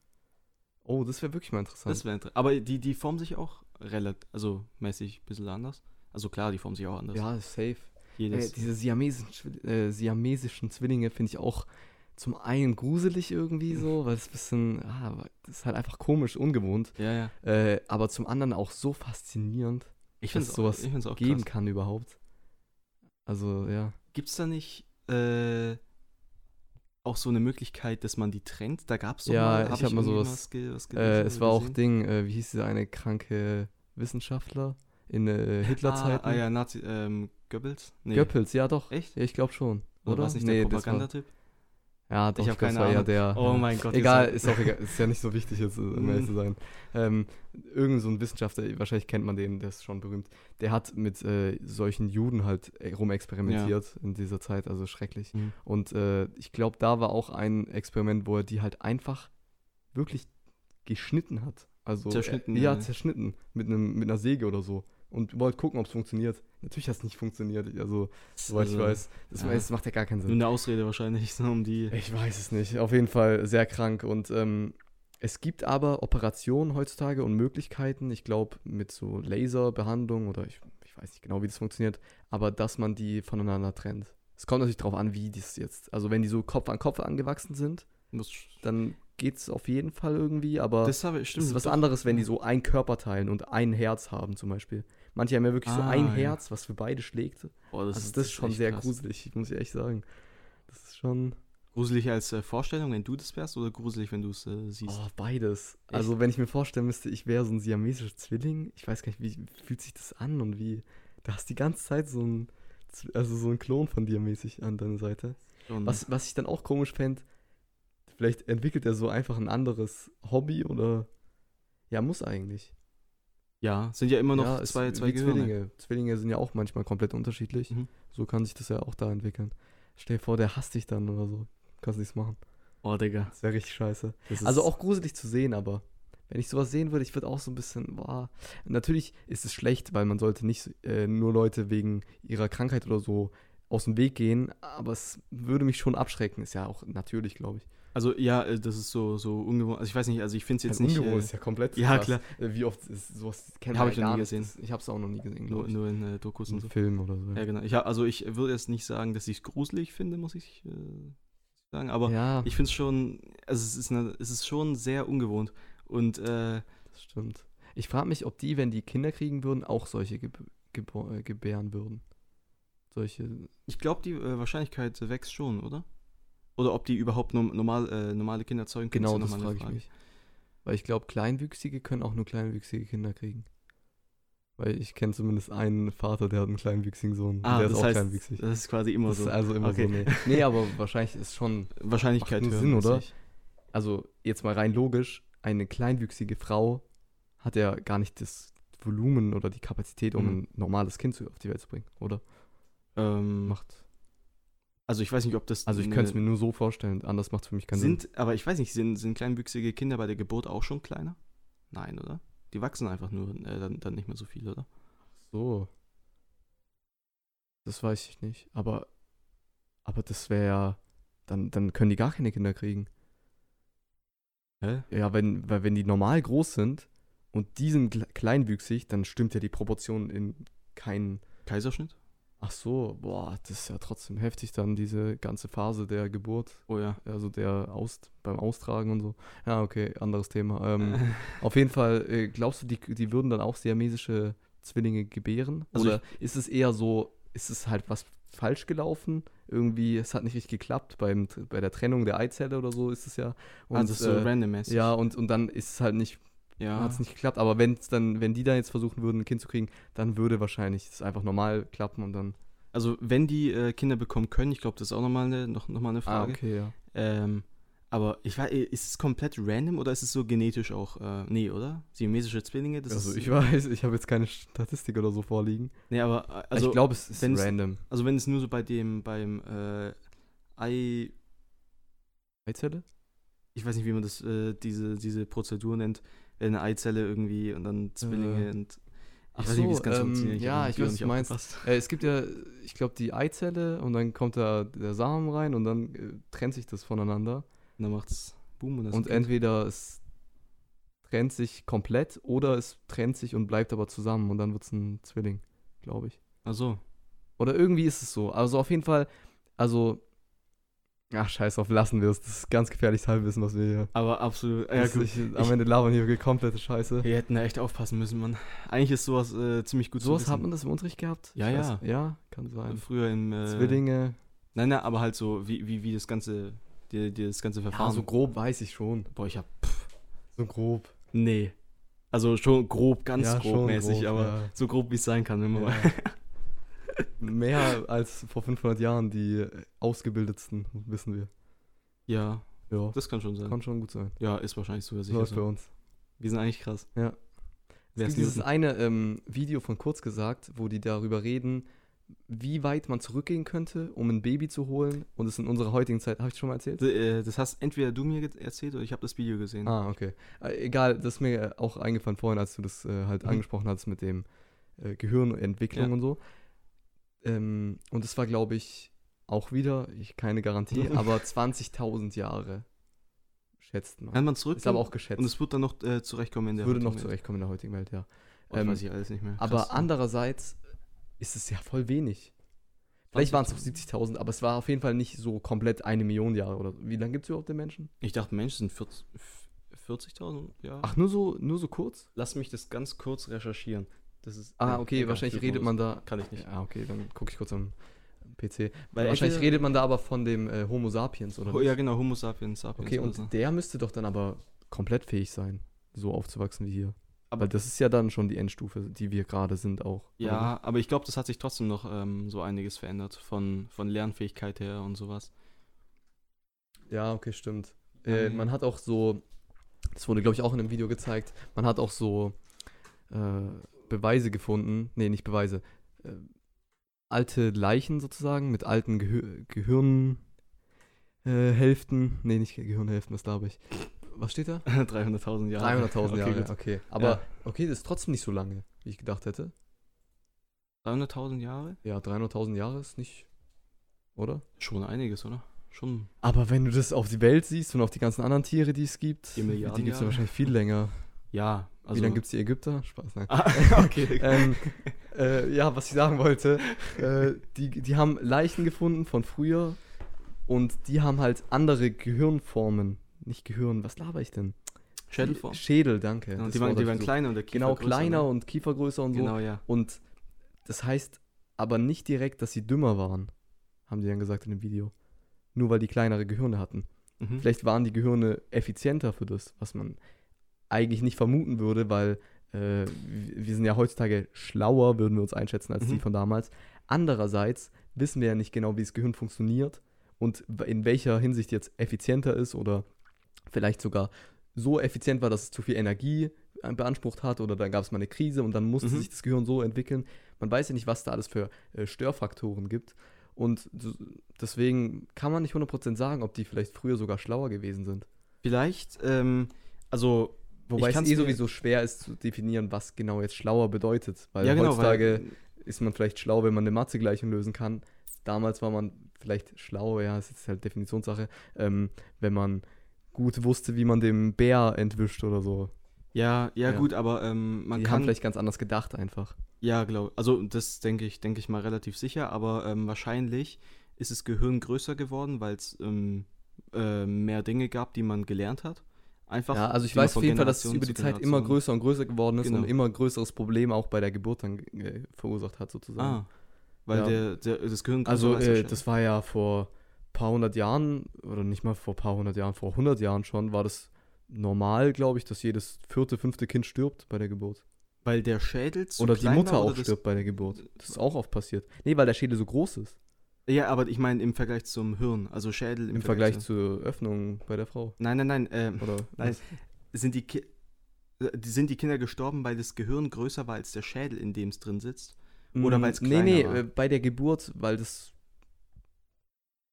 Oh, das wäre wirklich mal interessant. das wäre interessant. Aber die, die formen sich auch relativ, also mäßig ein bisschen anders. Also klar, die formen sich auch anders. ja, safe. Äh, Jedes, diese siamesischen, Schwi- äh, siamesischen Zwillinge finde ich auch zum einen gruselig irgendwie so, weil es ein bisschen, ah, das ist halt einfach komisch, ungewohnt. ja, ja. Äh, aber zum anderen auch so faszinierend Ich dass finde es sowas ich find's auch geben Oh, krass. kann überhaupt. Also, ja. Gibt es da nicht äh, auch so eine Möglichkeit, dass man die trennt? Da gab es Ja, mal, ich hab mal irgendwie sowas- ge- was gelesen Äh, oder es war auch gesehen? Ding, äh, wie hieß dieser eine kranke Wissenschaftler in äh, Hitlerzeiten? Ah, ah ja, Nazi, ähm, Goebbels? Nee. Göppels, ja doch. Echt? Ja, ich glaube schon. Oder, Oder? war es nicht der das war- Propagandatyp? Ja, doch, Ich ich, hab glaub, das keine war ja Ahnung. der. Oh mein Gott. ihr Egal, seid- ist [LAUGHS] auch egal. Ist ja nicht so wichtig, jetzt äh, um ehrlich Mm. zu sein. Ähm, irgend so ein Wissenschaftler, wahrscheinlich kennt man den, der ist schon berühmt. Der hat mit äh, solchen Juden halt äh, rumexperimentiert in dieser Zeit, also schrecklich. Mhm. Und äh, ich glaube, da war auch ein Experiment, wo er die halt einfach wirklich geschnitten hat. Also, Zerschnitten, Äh, ja, ja. zerschnitten. Mit, einem, mit einer Säge oder so. Und wollte gucken, ob es funktioniert. Natürlich hat es nicht funktioniert, also, soweit ich Also, weiß. Das, ja. das macht ja gar keinen Sinn. Nur eine Ausrede wahrscheinlich, [LAUGHS] so um die. Ich weiß es nicht. Auf jeden Fall sehr krank. Und ähm, es gibt aber Operationen heutzutage und Möglichkeiten, ich glaube, mit so Laserbehandlung oder ich, ich weiß nicht genau, wie das funktioniert, aber dass man die voneinander trennt. Es kommt natürlich darauf an, wie das jetzt. Also, wenn die so Kopf an Kopf angewachsen sind, Muss, dann geht es auf jeden Fall irgendwie, aber das habe ich, es stimmt. ist was doch. anderes, wenn die so ein Körper teilen und ein Herz haben, zum Beispiel. Manche haben ja wirklich so Ah, ein ja. Herz, was für beide schlägt. Boah, Oh, das, Also, das ist schon echt sehr krass. gruselig, muss ich echt sagen. Das ist schon. Gruselig als äh, Vorstellung, wenn du das wärst, oder gruselig, wenn du es äh, siehst? Oh, beides. Also, wenn ich mir vorstellen müsste, ich wäre so ein siamesischer Zwilling, ich weiß gar nicht, wie fühlt sich das an und wie. Da hast die ganze Zeit so ein, Zw- also so ein Klon von dir mäßig an deiner Seite. Und- Was, was ich dann auch komisch fände, vielleicht entwickelt er so einfach ein anderes Hobby oder. Ja, muss eigentlich. Ja, sind ja immer noch ja, es- zwei, zwei wie Gehirne. Zwillinge. Zwillinge sind ja auch manchmal komplett unterschiedlich. Mhm. So kann sich das ja auch da entwickeln. Stell dir vor, der hasst dich dann oder so. Kannst nichts machen. Oh, Digga. Das wäre richtig scheiße. Das ist- Also auch gruselig zu sehen, aber wenn ich sowas sehen würde, ich würde auch so ein bisschen, boah. Natürlich ist es schlecht, weil man sollte nicht äh, nur Leute wegen ihrer Krankheit oder so aus dem Weg gehen, aber es würde mich schon abschrecken, ist ja auch natürlich, glaube ich. Also, ja, äh, das ist so, so ungewohnt. Also, ich weiß nicht, also ich finde es jetzt Also nicht. ungewohnt Äh, ist ja komplett. ja, krass. klar. Äh, Wie oft ist sowas kennt Hab man ich ja noch gar nie nicht. gesehen. Das- Ich habe es auch noch nie gesehen. nur, glaub nur in äh, Dokus ich. Ein und so. Film oder so. Ja, genau. Ich, hab- also, ich würde jetzt nicht sagen, dass ich es gruselig finde, muss ich äh, sagen. Aber ja ich finde es schon, also es ist, eine, es ist schon sehr ungewohnt. Und äh, das stimmt. Ich frage mich, ob die, wenn die Kinder kriegen würden, auch solche geb gebor- äh, gebären würden. Solche ich glaube, die äh, Wahrscheinlichkeit wächst schon, oder? Oder ob die überhaupt nom- normal, äh, normale Kinder zeugen können, Genau, ist das ja nochmal frage eine ich mich. Weil ich glaube, Kleinwüchsige können auch nur kleinwüchsige Kinder kriegen. Weil ich kenne zumindest einen Vater, der hat einen kleinwüchsigen Sohn. und Ah, der das ist auch heißt, kleinwüchsig. das ist quasi immer Das ist so. also immer okay. [LAUGHS] so. Nee. nee, aber wahrscheinlich ist schon, Wahrscheinlichkeit Macht nur höher, Sinn, oder? mäßig. also jetzt mal rein logisch, eine kleinwüchsige Frau hat ja gar nicht das Volumen oder die Kapazität, um Mhm. ein normales Kind zu, auf die Welt zu bringen, oder? Ähm, Macht. Also ich weiß nicht, ob das. Also ich eine- könnte es mir nur so vorstellen, anders macht es für mich keinen Sinn. sind, aber ich weiß nicht, sind, sind kleinwüchsige Kinder bei der Geburt auch schon kleiner? Nein, oder? Die wachsen einfach nur äh, dann, dann nicht mehr so viel, oder? So. Das weiß ich nicht. Aber, aber das wäre ja. Dann, dann können die gar keine Kinder kriegen. Hä? Ja, wenn, weil wenn die normal groß sind und die sind kle- kleinwüchsig, dann stimmt ja die Proportion in keinen. Kaiserschnitt? Ach so, boah, das ist ja trotzdem heftig dann, diese ganze Phase der Geburt, Oh ja. also der Aus, beim Austragen und so. Ja, okay, anderes Thema. Ähm, Auf jeden Fall, äh, glaubst du, die, die würden dann auch siamesische Zwillinge gebären? Also Oder ist es eher so, ist es halt was falsch gelaufen? Irgendwie, es hat nicht richtig geklappt beim, Tr- bei der Trennung der Eizelle oder so ist es ja. [LAUGHS] Und, also das ist so äh, randommäßig. ja, und, und dann ist es halt nicht, ja. hat es nicht geklappt. Aber wenn's dann, wenn die dann jetzt versuchen würden, ein Kind zu kriegen, dann würde wahrscheinlich es einfach normal klappen und dann Also, wenn die äh, Kinder bekommen können, ich glaube, das ist auch nochmal eine, noch, noch mal eine Ah, Frage. okay, ja. ähm, aber ich weiß, äh, ist es komplett random oder ist es so genetisch auch? Äh, nee, oder? Siamesische Zwillinge, das also ist. ich [LAUGHS] weiß, ich habe jetzt keine Statistik oder so vorliegen. nee, aber äh, also, ich glaube, es ist wenn's- random. also wenn es nur so bei dem, beim äh, Ei, Eizelle? ich weiß nicht, wie man das, äh, diese, diese Prozedur nennt, wenn eine Eizelle irgendwie und dann Zwillinge Äh, und ach ich weiß nicht, wie das so, Ganze ähm, funktioniert. hab ja, am ich Computer nicht weiß, was du meinst. aufgepasst. Äh, es gibt ja, ich glaube, die Eizelle und dann kommt da der Samen rein und dann äh, trennt sich das voneinander. Und dann macht's Boom und das und ist ein Kind. entweder es trennt sich komplett oder es trennt sich und bleibt aber zusammen und dann wird es ein Zwilling, glaube ich. Ach so. Oder irgendwie ist es so. Also auf jeden Fall, also. Ach, scheiß auf, lassen wir es. Das ist ganz gefährliches Halbwissen, was wir hier. Aber absolut. Ja, Das- gut. ich, am Ende labern hier komplette Scheiße. Wir hätten da echt aufpassen müssen, Mann. Eigentlich ist sowas äh, ziemlich gut Sowas zu hat wissen. man das im Unterricht gehabt? Ja, Ich ja. weiß- Ja, kann sein. Früher im äh, Zwillinge. Nein, nein, aber halt so, wie, wie, wie das ganze, die, die, das ganze Verfahren. grob weiß ich schon. boah, ich hab, So grob. nee. Also schon grob, ganz Ja, schon grob mäßig, grob, aber ja. so grob, wie es sein kann, wenn man mal. [LAUGHS] Ja. Mehr als vor 500 Jahren die ausgebildetsten, wissen wir. Ja, Ja, das kann schon sein. kann schon gut sein. Ja, ist wahrscheinlich sogar sicher Läuft bei so. uns. Wir sind eigentlich krass. Ja. Wer es ist gibt dieses Newton? eine ähm, Video von Kurz gesagt, wo die darüber reden, wie weit man zurückgehen könnte, um ein Baby zu holen. Und es in unserer heutigen Zeit, habe ich schon mal erzählt? D- äh, Das hast entweder du mir ge- erzählt oder ich habe das Video gesehen. Ah, okay. Äh, egal, das ist mir äh, auch eingefallen vorhin, als du das äh, halt Mhm. angesprochen hattest mit dem äh, Gehirnentwicklung Ja. und so. Ähm, und das war, glaube ich, auch wieder, ich keine [LAUGHS] Garantie, aber 20.000 Jahre schätzt man. Kann man zurück. Ist aber auch geschätzt. Und es wird dann noch äh, zurechtkommen in der würde noch heutigen Welt. zurechtkommen in der heutigen Welt, ja. Boah, Ähm, das weiß ich alles nicht mehr. aber Krass. andererseits ist es ja voll wenig. Vielleicht waren es auch 70.000, aber es war auf jeden Fall nicht so komplett eine Million Jahre oder wie lange gibt es überhaupt den Menschen? Ich dachte, Mensch, sind 40 40.000 Jahre. Ach, nur so, nur so kurz? Lass mich das ganz kurz recherchieren. Das ist. Ah, Ja, okay, egal, wahrscheinlich führt redet man man da los. Kann ich nicht. Ja, okay, dann gucke ich kurz am PC. Weil Wahrscheinlich entweder- redet man da aber von dem äh, Homo sapiens, oder? Oh, nicht? ja, also genau, Homo sapiens, sapiens. okay, oder und so. der müsste doch dann aber komplett fähig sein, so aufzuwachsen wie hier. Aber das ist ja dann schon die Endstufe, die wir gerade sind auch. oder nicht? ja, aber ich glaube, das hat sich trotzdem noch ähm, so einiges verändert von, von Lernfähigkeit her und sowas. [LAUGHS] Ja, okay, stimmt. Äh, Ähm. man hat auch so, das wurde glaube ich auch in einem Video gezeigt, man hat auch so äh, Beweise gefunden, nee, nicht Beweise, äh, alte Leichen sozusagen mit alten Gehir Gehirnhälften, äh, Hälften. nee, nicht Gehirnhälften, das glaube ich. Was steht da? 300.000 Jahre. 300.000 okay, Jahre, gut. [LAUGHS] okay. Aber Ja. okay, das ist trotzdem nicht so lange, wie ich gedacht hätte. 300.000 Jahre? Ja, 300.000 Jahre ist nicht, oder? Schon einiges, oder? Schon. Aber wenn du das auf die Welt siehst und auf die ganzen anderen Tiere, die es gibt, Die Milliarden die gibt es ja Jahre. wahrscheinlich viel länger. Ja, also. Wie lange gibt es die Ägypter? Spaß, nein. Ah, [LAUGHS] okay. [LAUGHS] ähm, äh, ja, was ich sagen wollte, äh, die, die haben Leichen gefunden von früher und die haben halt andere Gehirnformen. Nicht Gehirn, was laber ich denn? Schädelform. Die- Schädel, danke. Genau, das die, waren, Wort die hab waren ich kleiner und der gesucht. Kiefer Genau, größer, kleiner ne? und Kiefer größer und so. Genau, ja. Und das heißt aber nicht direkt, dass sie dümmer waren, haben die dann gesagt in dem Video. Nur weil die kleinere Gehirne hatten. Mhm. Vielleicht waren die Gehirne effizienter für das, was man eigentlich nicht vermuten würde, weil äh, w- wir sind ja heutzutage schlauer, würden wir uns einschätzen, als die Mhm. von damals. Andererseits wissen wir ja nicht genau, wie das Gehirn funktioniert und w- in welcher Hinsicht jetzt effizienter ist oder vielleicht sogar so effizient war, dass es zu viel Energie äh, beansprucht hat oder dann gab es mal eine Krise und dann musste Mhm. sich das Gehirn so entwickeln. Man weiß ja nicht, was da alles für äh, Störfaktoren gibt. Und so- deswegen kann man nicht 100% sagen, ob die vielleicht früher sogar schlauer gewesen sind. Vielleicht, ähm, also. Wobei es kann's eh mir- sowieso schwer ist zu definieren, was genau jetzt schlauer bedeutet. Weil ja, genau, heutzutage weil, ist man vielleicht schlau, wenn man eine Mathe-Gleichung lösen kann. Damals war man vielleicht schlau, ja, das ist jetzt halt Definitionssache, ähm, wenn man gut wusste, wie man dem Bär entwischt oder so. ja, ja, Ja. gut, aber ähm, man die haben kann. vielleicht ganz anders gedacht einfach. Ja, glaube Also das denke ich, denke ich mal relativ sicher, aber ähm, wahrscheinlich ist das Gehirn größer geworden, weil es ähm, äh, mehr Dinge gab, die man gelernt hat. Einfach. ja, also ich die man weiß von auf jeden Fall, dass es Generation über zu die Zeit immer Generation- größer und größer geworden ist und Genau. immer größeres Problem auch bei der Geburt dann äh, verursacht hat sozusagen. Ah, weil Ja. der, der, das Gehirn größer Also war als äh, der das war ja vor paar hundert Jahren, oder nicht mal vor paar hundert Jahren, vor hundert Jahren schon, war das normal, glaube ich, dass jedes vierte, fünfte Kind stirbt bei der Geburt. Schädel. Weil der Schädel zu Oder die klein Mutter war, auch oder das- äh, stirbt bei der Geburt. Das ist auch oft passiert. Nee, weil der Schädel so groß ist. Ja, aber ich meine im Vergleich zum Hirn, also Schädel Im, Vergleich zur Öffnung bei der Frau. Nein, nein, nein. ähm, Oder [LAUGHS] Nein. sind, die Ki äh, die- sind die Kinder gestorben, weil das Gehirn größer war als der Schädel, in dem es drin sitzt? Oder Mm, weil's Nee, kleiner nee, war. äh, bei der Geburt, weil das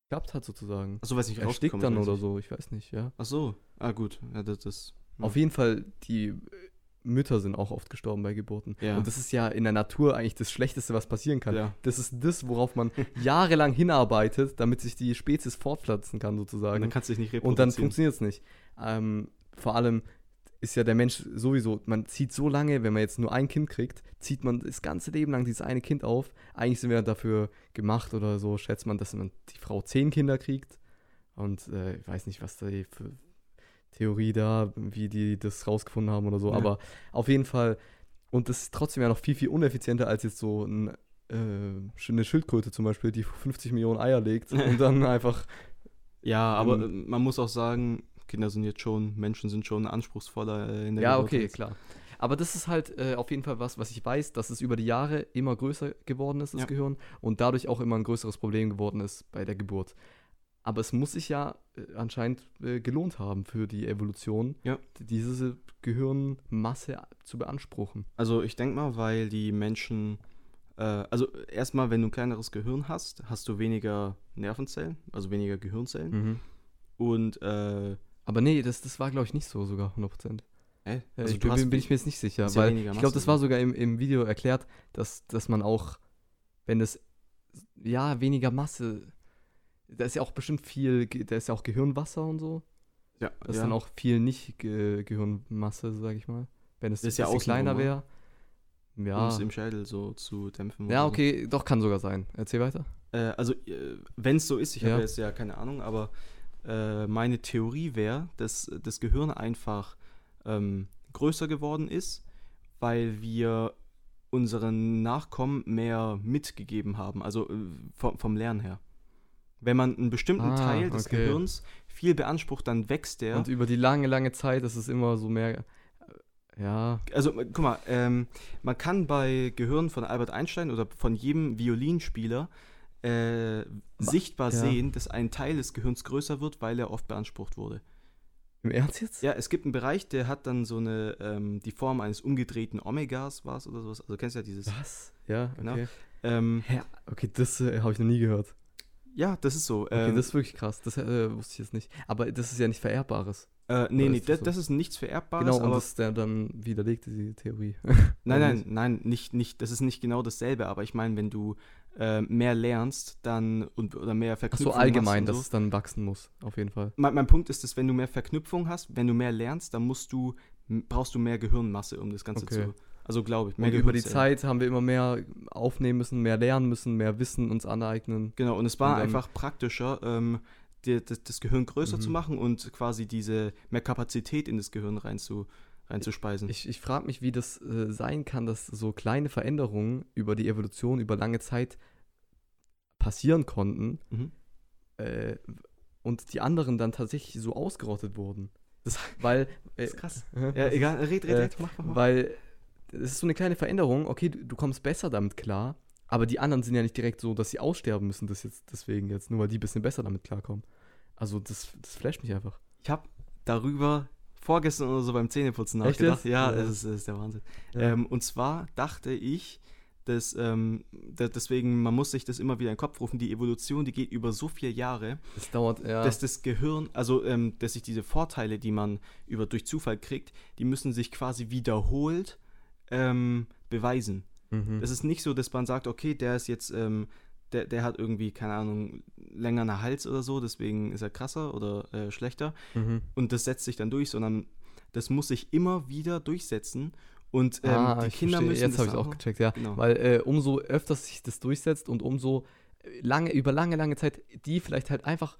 geklappt hat sozusagen. Achso, Also, weiß nicht, Erstickt rausgekommen dann ist, weiß oder ich. so, ich weiß nicht, ja. Ach so, ah gut, ja, das, das Ja. Auf jeden Fall, die äh, Mütter sind auch oft gestorben bei Geburten. Ja. Und das ist ja in der Natur eigentlich das Schlechteste, was passieren kann. Ja. Das ist das, [LAUGHS] worauf man jahrelang hinarbeitet, damit sich die Spezies fortpflanzen kann Und sozusagen. dann kannst du dich nicht Und dann reproduzieren. funktioniert es nicht. Ähm, vor allem ist ja der Mensch sowieso, man zieht so lange, wenn man jetzt nur ein Kind kriegt, zieht man das ganze Leben lang dieses eine Kind auf. Eigentlich sind wir dafür gemacht oder so, schätzt man, dass man die Frau zehn Kinder kriegt. Und äh, ich weiß nicht, was da die für Theorie da, wie die das rausgefunden haben oder so, Ja. aber auf jeden Fall. Und das ist trotzdem ja noch viel, viel uneffizienter als jetzt so ein, äh, eine Schildkröte zum Beispiel, die 50 Millionen Eier legt und [LAUGHS] dann einfach ja, aber Ähm, äh, man muss auch sagen, Kinder sind jetzt schon, Menschen sind schon anspruchsvoller äh, in der Ja, Geburt okay, als- klar. Aber das ist halt äh, auf jeden Fall was, was ich weiß, dass es über die Jahre immer größer geworden ist, das Ja. Gehirn, und dadurch auch immer ein größeres Problem geworden ist bei der Geburt. Aber es muss sich ja äh, anscheinend äh, gelohnt haben für die Evolution, Ja. d- diese Gehirnmasse zu beanspruchen. Also ich denke mal, weil die Menschen, äh, also erstmal, wenn du ein kleineres Gehirn hast, hast du weniger Nervenzellen, also weniger Mhm. Gehirnzellen. Und äh, Aber nee, das, das war, glaube ich, nicht so sogar 100%. Hä? Äh, Also ich du bin, hast bin, bin wen- ich mir jetzt nicht sicher, hast ja weil weniger ich glaube, das Masse, war sogar im, im Video erklärt, dass, dass man auch, wenn das, ja, weniger Masse, da ist ja auch bestimmt viel, Ge- da ist ja auch Gehirnwasser und so, ja, da ist ja. dann auch viel nicht Ge Gehirnmasse, sage ich mal, wenn es ein Das ist ja bisschen kleiner außenrum, wäre. um Ja, es im Schädel so zu dämpfen. ja, oder so. okay, doch, kann sogar sein. Erzähl weiter. Äh, also, äh, wenn es so ist, ich Ja. habe jetzt ja keine Ahnung, aber äh, meine Theorie wäre, dass das Gehirn einfach ähm, größer geworden ist, weil wir unseren Nachkommen mehr mitgegeben haben, also äh, vom, vom Lernen her. Wenn man einen bestimmten Ah, Teil des okay. Gehirns viel beansprucht, dann wächst der. Und über die lange, lange Zeit ist es immer so mehr, ja, also äh, guck mal, ähm, man kann bei Gehirn von Albert Einstein oder von jedem Violinspieler äh, sichtbar ja. sehen, dass ein Teil des Gehirns größer wird, weil er oft beansprucht wurde. im Ernst jetzt? Ja, es gibt einen Bereich, der hat dann so eine, ähm, die Form eines umgedrehten Omegas war es oder sowas. Also kennst du ja dieses. Was? Ja, Genau. okay. Ähm, Hä? Okay, das äh, habe ich noch nie gehört. ja, das ist so. Okay, Ähm, das ist wirklich krass. Das äh, wusste ich jetzt nicht. Aber das ist ja nicht Vererbbares. äh, nee, oder nee, ist das das, so? das ist nichts Vererbbares, genau, und aber. das ist ja dann widerlegt [LAUGHS] diese Theorie. Nein, Oder nein, nein, nicht, nicht, das ist nicht genau dasselbe, aber ich meine, wenn du äh, mehr lernst, dann und oder mehr Ach so Verknüpfungen hast allgemein, und so, dass es dann wachsen muss, auf jeden Fall. mein, mein Punkt ist, dass wenn du mehr Verknüpfung hast, wenn du mehr lernst, dann musst du, m- brauchst du mehr Gehirnmasse, um das Ganze Okay. zu. Also glaube ich, Und über die Gehirnzellen. Zeit haben wir immer mehr aufnehmen müssen, mehr lernen müssen, mehr Wissen uns aneignen. Genau, und es war Und dann- einfach praktischer, ähm, dir, das, das Gehirn größer Mhm. zu machen und quasi diese mehr Kapazität in das Gehirn rein zu, reinzuspeisen. Ich, ich frage mich, wie das äh, sein kann, dass so kleine Veränderungen über die Evolution über lange Zeit passieren konnten mhm. äh, und die anderen dann tatsächlich so ausgerottet wurden. Das, weil, äh, Das ist krass. Ja, egal, red, red, Äh, red, mach, mach, mach. Weil es ist so eine kleine Veränderung. Okay, du, du kommst besser damit klar, aber die anderen sind ja nicht direkt so, dass sie aussterben müssen, das jetzt deswegen jetzt, nur weil die ein bisschen besser damit klarkommen. Also das, das flasht mich einfach. Ich habe darüber vorgestern oder so beim Zähneputzen Echt nachgedacht. jetzt? Ja, Ja. das ist, das ist der Wahnsinn. Ja. Ähm, und zwar dachte ich, dass ähm, da, deswegen, man muss sich das immer wieder in den Kopf rufen, die Evolution, die geht über so viele Jahre, Das dauert ja. dass das Gehirn, also ähm, dass sich diese Vorteile, die man über durch Zufall kriegt, die müssen sich quasi wiederholt ähm, beweisen. mhm. Es ist nicht so, dass man sagt, okay, der ist jetzt, ähm, der, der hat irgendwie, keine Ahnung, länger einen Hals oder so, deswegen ist er krasser oder äh, schlechter mhm. und das setzt sich dann durch, sondern das muss sich immer wieder durchsetzen und ähm, ah, die ich Kinder verstehe. müssen Jetzt das habe ich auch aber- gecheckt, ja. Genau. Weil äh, umso öfter sich das durchsetzt und umso lange, über lange, lange Zeit, die vielleicht halt einfach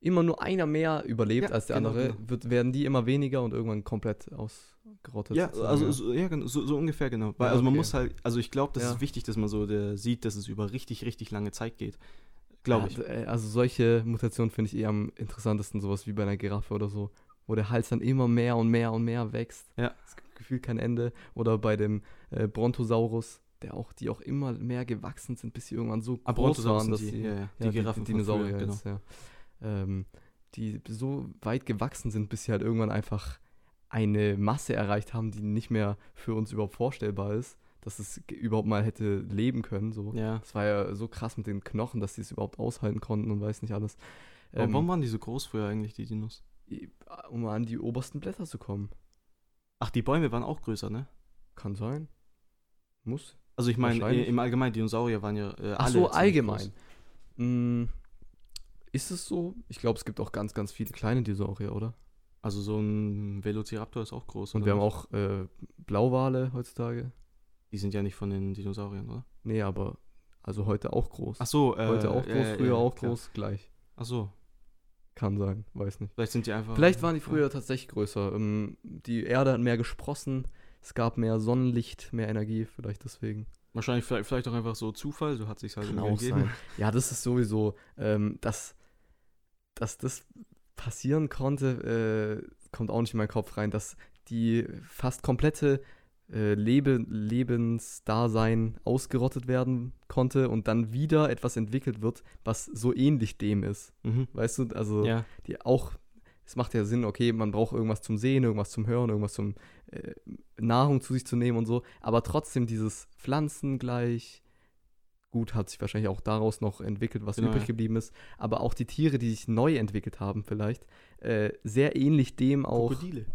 immer nur einer mehr überlebt Ja, als der genau, andere, genau. Wird, werden die immer weniger und irgendwann komplett ausgerottet. Ja, sozusagen, also ja. so, ja, genau, so, so ungefähr genau. Weil, Ja, also man okay. muss halt, also ich glaube, das Ja. ist wichtig, dass man so der, sieht, dass es über richtig, richtig lange Zeit geht. Glaube ich. Ja, d- äh, Also solche Mutationen finde ich eh am interessantesten, sowas wie bei einer Giraffe oder so, wo der Hals dann immer mehr und mehr und mehr wächst. Ja. Es gibt gefühlt kein Ende. Oder bei dem äh, Brontosaurus, der auch, die auch immer mehr gewachsen sind, bis sie irgendwann so Ah, groß Brontosaurus waren, dass sind sie, die, ja, ja, die ja, Giraffen von Dinosaurier früher, genau. jetzt, ja. ähm, die so weit gewachsen sind, bis sie halt irgendwann einfach eine Masse erreicht haben, die nicht mehr für uns überhaupt vorstellbar ist, dass es ge- überhaupt mal hätte leben können. So. Ja. Das war ja so krass mit den Knochen, dass sie es überhaupt aushalten konnten und weiß nicht alles. Ähm, Warum waren die so groß früher eigentlich, die Dinos? um an die obersten Blätter zu kommen. Ach, die Bäume waren auch größer, ne? Kann sein. Muss. Also ich meine, Wahrscheinlich. äh, im Allgemeinen, Dinosaurier waren ja äh, alle Ach so, ziemlich allgemein. groß. Mm, ist es so? Ich glaube, es gibt auch ganz, ganz viele kleine Dinosaurier, oder? Also so ein Velociraptor ist auch groß. Und oder wir haben nicht? auch äh, Blauwale heutzutage. Die sind ja nicht von den Dinosauriern, oder? Nee, aber also heute auch groß. Ach so, äh, heute auch ja, groß, ja, früher ja, auch klar. groß, gleich. Ach so, Kann sein, weiß nicht. vielleicht sind die einfach. äh, Vielleicht waren die früher tatsächlich größer. Ähm, die Erde hat mehr gesprossen, es gab mehr Sonnenlicht, mehr Energie, vielleicht deswegen. Wahrscheinlich vielleicht, vielleicht auch einfach so Zufall, so hat sich halt irgendwie Ja, das ist sowieso, ähm, dass, dass das passieren konnte, äh, kommt auch nicht in meinen Kopf rein, dass die fast komplette äh, Lebe, Lebensdasein ausgerottet werden konnte und dann wieder etwas entwickelt wird, was so ähnlich dem ist. Mhm. Weißt du, also Ja, die auch, es macht ja Sinn, okay, man braucht irgendwas zum Sehen, irgendwas zum Hören, irgendwas zum äh, Nahrung zu sich zu nehmen und so, aber trotzdem dieses Pflanzen gleich, gut, hat sich wahrscheinlich auch daraus noch entwickelt, was Genau, übrig ja. geblieben ist, aber auch die Tiere, die sich neu entwickelt haben vielleicht, äh, sehr ähnlich dem auch Krokodile.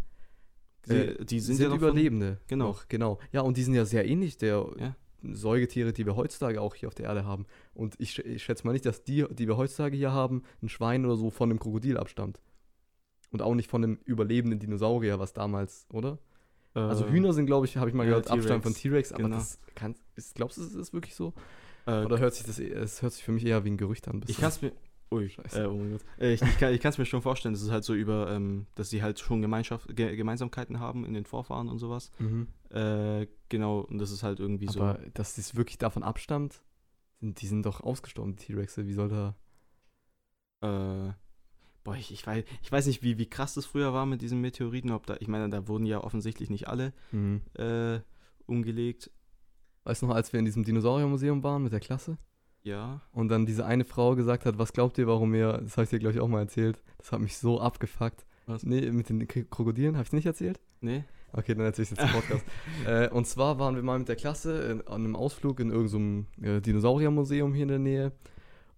Die, äh, die sind, sind, ja noch von- Überlebende. Genau. Noch, genau. Ja, und die sind ja sehr ähnlich der Ja. Säugetiere, die wir heutzutage auch hier auf der Erde haben. Und ich, sch- ich schätze mal nicht, dass die, die wir heutzutage hier haben, ein Schwein oder so von einem Krokodil abstammt. Und auch nicht von einem überlebenden Dinosaurier, was damals, oder? Äh, also Hühner sind, glaube ich, habe ich mal ja, gehört, Abstand von T-Rex, T-Rex, aber genau. das kann, ist, glaubst du, das ist wirklich so? Äh, Oder hört sich das, eh- es hört sich für mich eher wie ein Gerücht an. ein ich bisschen. kann [LAUGHS] es mir. Ui, Scheiße. Äh, oh mein Gott. Äh, ich ich kann es mir schon vorstellen, dass es halt so über, ähm, dass sie halt schon Gemeinschaft, Ge Gemeinsamkeiten haben in den Vorfahren und sowas. mhm. Äh, genau, und das ist halt irgendwie so. Aber dass es wirklich davon abstammt, sind, die sind doch ausgestorben, die T-Rexe, wie soll da... Äh, boah, ich, ich, weiß, ich weiß nicht, wie, wie krass das früher war mit diesen Meteoriten, ob da, ich meine, da wurden ja offensichtlich nicht alle Mhm. äh, umgelegt. Weißt du noch, als wir in diesem Dinosauriermuseum waren mit der Klasse Ja. und dann diese eine Frau gesagt hat, was glaubt ihr, warum ihr, das habe ich dir, glaube ich, auch mal erzählt, das hat mich so abgefuckt. Was? Nee, mit den K- Krokodilen, habe ich es nicht erzählt? Nee? Okay, dann erzähle [LAUGHS] ich jetzt im Podcast. äh, und zwar waren wir mal mit der Klasse in, an einem Ausflug in irgendeinem äh, Dinosauriermuseum hier in der Nähe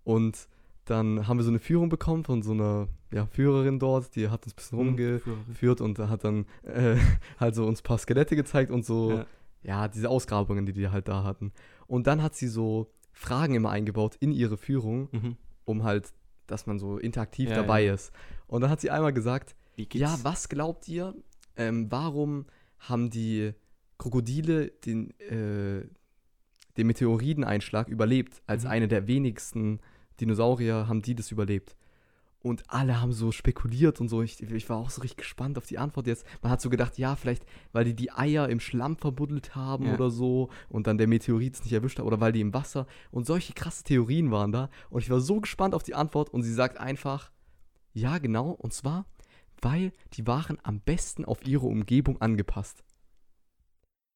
und dann haben wir so eine Führung bekommen von so einer ja, Führerin dort, die hat uns ein bisschen rumgeführt Rumgeführt. und hat dann äh, [LAUGHS] halt so uns ein paar Skelette gezeigt und so Ja. ja, diese Ausgrabungen, die die halt da hatten. Und dann hat sie so Fragen immer eingebaut in ihre Führung, Mhm. um halt, dass man so interaktiv Ja, dabei ist. Und dann hat sie einmal gesagt, Wie ja, was glaubt ihr, ähm, warum haben die Krokodile den, äh, den Meteorideneinschlag überlebt? Als Mhm. eine der wenigsten Dinosaurier haben die das überlebt. Und alle haben so spekuliert und so. Ich, ich war auch so richtig gespannt auf die Antwort jetzt. Man hat so gedacht, ja, vielleicht, weil die die Eier im Schlamm verbuddelt haben Ja. oder so und dann der Meteorit es nicht erwischt hat oder weil die im Wasser. Und solche krasse Theorien waren da. Und ich war so gespannt auf die Antwort und sie sagt einfach, ja, genau. Und zwar, weil die waren am besten auf ihre Umgebung angepasst.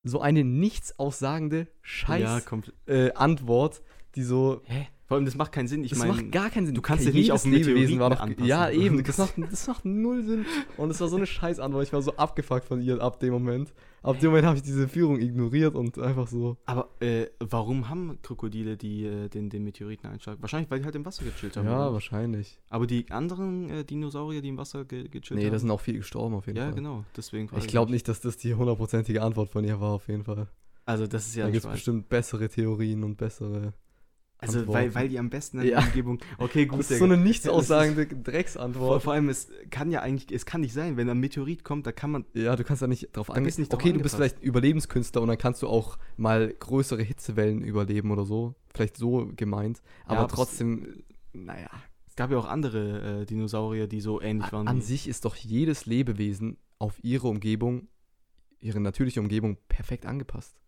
So eine nichts aussagende Scheiß Ja, komplett. äh, Antwort, die so. Hä? Vor allem, das macht keinen Sinn. Ich das meine, macht gar keinen Sinn. du kannst dich nicht auf Jedes Meteoriten war doch, anpassen. Ja, [LAUGHS] eben. Das macht, das macht null Sinn. Und es war so eine scheiß Antwort. Ich war so abgefuckt von ihr ab dem Moment. Ab dem Moment habe ich diese Führung ignoriert und einfach so. aber äh, warum haben Krokodile die, äh, den, den Meteoriteneinschlag? Wahrscheinlich, weil die halt im Wasser gechillt haben. oder? wahrscheinlich. aber die anderen äh, Dinosaurier, die im Wasser ge gechillt Nee, da haben. sind auch viele gestorben auf jeden ja, Fall. genau. Deswegen frage Ich glaube nicht, dass das die hundertprozentige Antwort von ihr war, auf jeden Fall. Also, das ist ja da ein gibt es Schweiß. bestimmt bessere Theorien und bessere. Also, weil, Antworten. weil die am besten in der Ja. Umgebung. Okay, gut, Das ist Digga. so eine nichts Das ist- [LAUGHS] aussagende Vor, Drecksantwort. vor allem, es kann ja eigentlich, es kann nicht sein, wenn ein Meteorit kommt, da kann man. Ja, du kannst da nicht drauf bist angehen. nicht drauf Okay, du bist angepasst. vielleicht Überlebenskünstler und dann kannst du auch mal größere Hitzewellen überleben oder so. Vielleicht so gemeint. Aber aber es- trotzdem, naja. Es gab ja auch andere äh, Dinosaurier, die so ähnlich waren. An wie- sich ist doch jedes Lebewesen auf ihre Umgebung, ihre natürliche Umgebung, perfekt angepasst.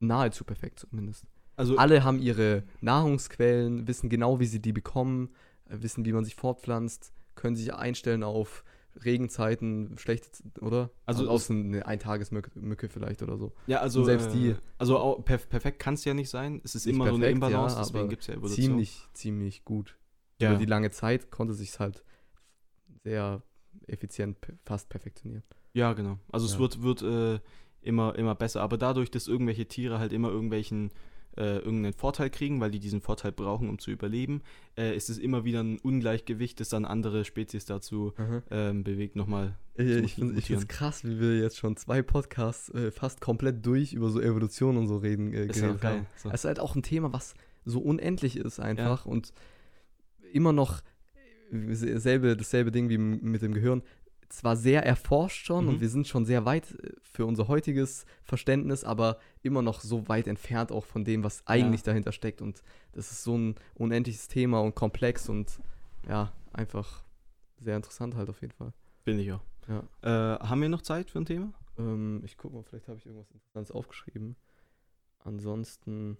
Nahezu perfekt zumindest. also, Alle haben ihre Nahrungsquellen, wissen genau, wie sie die bekommen, äh, wissen, wie man sich fortpflanzt, können sich einstellen auf Regenzeiten, schlechte, Z- oder? Also Also es- außen eine Eintagesmücke Mücke vielleicht oder so. Ja, also Und selbst die- Also au- perf perfekt kann es ja nicht sein. Es ist Nicht immer so eine perfekt, Imbalance, ja, deswegen aber gibt es ja Evolution. Ziemlich, ziemlich gut. Ja. Über die lange Zeit konnte sich halt sehr effizient pe- fast perfektionieren. ja, genau. Also es Ja. wird, wird äh, immer, immer besser. Aber dadurch, dass irgendwelche Tiere halt immer irgendwelchen äh, irgendeinen Vorteil kriegen, weil die diesen Vorteil brauchen, um zu überleben, äh, ist es immer wieder ein Ungleichgewicht, das dann andere Spezies dazu ähm, bewegt, nochmal. Äh, Zum Ich finde Mutieren. es krass, wie wir jetzt schon zwei Podcasts äh, fast komplett durch über so Evolution und so reden äh, Ist ja geredet geil. haben. So. Es ist halt auch ein Thema, was so unendlich ist einfach und immer noch äh, selbe, dasselbe Ding wie m- mit dem Gehirn. Zwar sehr erforscht schon Mhm. und wir sind schon sehr weit äh, für unser heutiges Verständnis, aber immer noch so weit entfernt auch von dem, was eigentlich dahinter steckt. Und das ist so ein unendliches Thema und komplex und ja, einfach sehr interessant halt auf jeden Fall. Bin ich auch. Ja. Äh, haben wir noch Zeit für ein Thema? Ähm, ich guck mal, vielleicht habe ich irgendwas Interessantes aufgeschrieben. Ansonsten,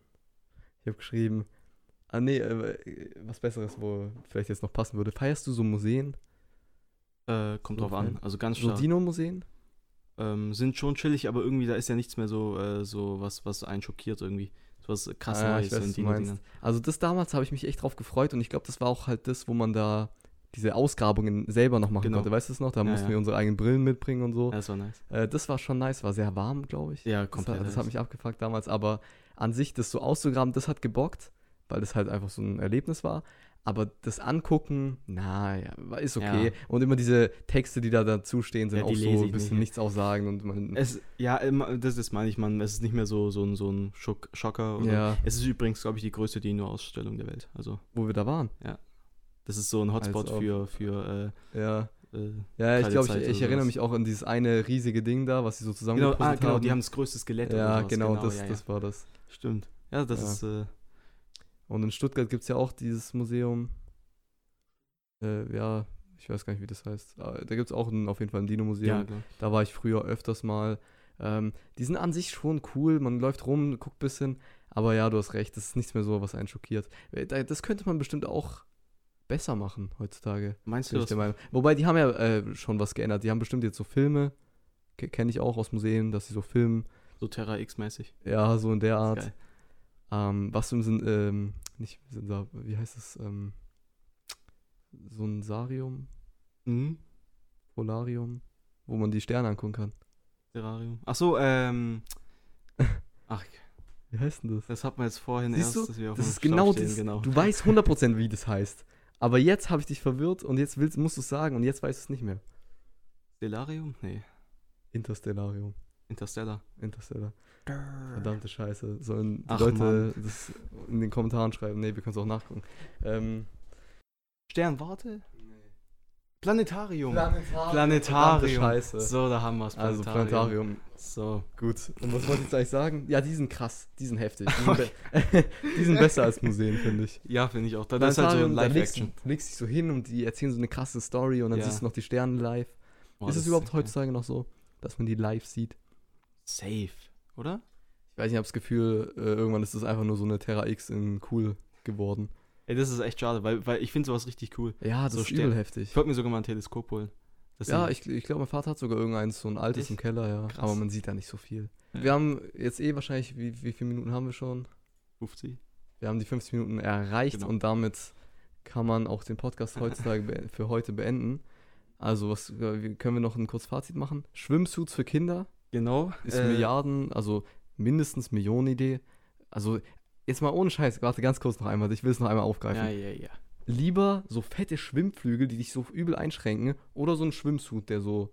ich habe geschrieben, ah nee, äh, was Besseres, wo vielleicht jetzt noch passen würde. Feierst du so Museen? Äh, kommt So drauf an. viel. Also ganz So stark. Dino-Museen? ähm, sind schon chillig, aber irgendwie da ist ja nichts mehr so, äh, so was, was einen schockiert irgendwie. So was krass Ah, ich Neues weiß, was in du Dino meinst. Also das damals habe ich mich echt drauf gefreut und ich glaube, das war auch halt das, wo man da diese Ausgrabungen selber noch machen Genau. konnte. Weißt du es noch? Da Ja, mussten ja. wir unsere eigenen Brillen mitbringen und so. Ja, das war nice. Äh, das war schon nice, war sehr warm, glaube ich. Ja, Das hat, komplett. das hat mich abgefuckt damals, aber an sich, das so auszugraben, das hat gebockt, weil das halt einfach so ein Erlebnis war. Aber das Angucken, naja, ist okay. Ja. Und immer diese Texte, die da dazu stehen, sind Ja, die auch so lese ich ein bisschen nicht. nichts aussagen und man. es, ja, immer- das, das meine ich, man. Es ist nicht mehr so, so ein, so ne? ein Schock, Schocker. Oder ja, Es ist übrigens, glaube ich, die größte Dino-Ausstellung der Welt. Also, wo wir da waren. das ist so ein Hotspot Als ob. für, für Ja, äh, äh, ja ich Keine glaube, Zeit ich, oder ich erinnere sowas. mich auch an dieses eine riesige Ding da, was sie so genau, zusammengepuzzelt ah, genau, haben. die haben das größte Skelett. oder ja, sowas. genau, das, ja, ja. das war das. Stimmt. Ja, das Ja. ist, äh, Und in Stuttgart gibt es ja auch dieses Museum. Äh, ja, ich weiß gar nicht, wie das heißt. Ah, Da gibt es auch ein, auf jeden Fall ein Dino-Museum. ja, genau. Da war ich früher öfters mal. Ähm, die sind an sich schon cool, man läuft rum, guckt ein bisschen. Aber ja, du hast recht, das ist nichts mehr so, was einen schockiert. Äh, da- Das könnte man bestimmt auch besser machen heutzutage. Meinst Bin du ich der das? Meinung. Wobei, die haben ja äh, schon was geändert. Die haben bestimmt jetzt so Filme, kenne ich auch aus Museen, dass sie so filmen. So Terra X-mäßig. Ja, so in der Ist Art. geil. Ähm, was im Sinn, ähm, nicht Sensar, wie heißt es? Ähm, so ein Sarium, Mhm. Polarium, wo man die Sterne angucken kann. Terrarium. Ach so, [LAUGHS] ähm. Ach, Wie heißt denn das? das hat man jetzt vorhin erst, Siehst du, dass wir auf Das dem ist Schlauch genau stehen, das. genau. Du weißt 100% wie das heißt. Aber jetzt habe ich dich verwirrt und jetzt willst, musst du es sagen und jetzt weißt du es nicht mehr. Stellarium? Nee, Interstellarium. Interstellar. Interstellar. Verdammte Scheiße. Sollen die Ah. Ach, Leute das in den Kommentaren schreiben? Nee, wir können es auch nachgucken. Ähm, Sternwarte? Planetarium. Planetarium. Planetarium. Scheiße. So, da haben wir es. also Planetarium. So. Gut. Und was wollte ich jetzt eigentlich sagen? Ja, die sind krass. Die sind heftig. Die [LAUGHS] sind, be [LAUGHS] die sind besser als Museen, finde ich. Ja, finde ich auch. Da- Das ist halt so ein Planetarium, da legst du- Live-Action. legst dich so hin und die erzählen so eine krasse Story und dann Ja. siehst du noch die Sterne live. Boah, ist das es überhaupt echt geil. heutzutage noch so, dass man die live sieht? Safe, oder? Ich weiß nicht, ich habe das Gefühl, äh, irgendwann ist das einfach nur so eine Terra X in cool geworden. Ey, das ist echt schade, weil, weil ich finde sowas richtig cool. Ja, das So ist Stern- übel heftig. Ich wollte mir sogar mal ein Teleskop holen. Das Ja, ist- ich, ich glaube, mein Vater hat sogar irgendeins, so ein altes Echt? im Keller, ja. Krass. Aber man sieht da nicht so viel. Ja. Wir haben jetzt eh wahrscheinlich, wie, wie viele Minuten haben wir schon? 50. Wir haben die 50 Minuten erreicht Genau. und damit kann man auch [LAUGHS] den Podcast heutzutage be- für heute beenden. Also, was äh, können wir noch ein kurzes Fazit machen? Schwimmsuits für Kinder. Genau. ist Milliarden, also mindestens Millionenidee. Also jetzt mal ohne Scheiß, warte ganz kurz noch einmal, ich will es noch einmal aufgreifen. Ja, ja, ja. Lieber so fette Schwimmflügel, die dich so übel einschränken, oder so ein Schwimmsuit, der so.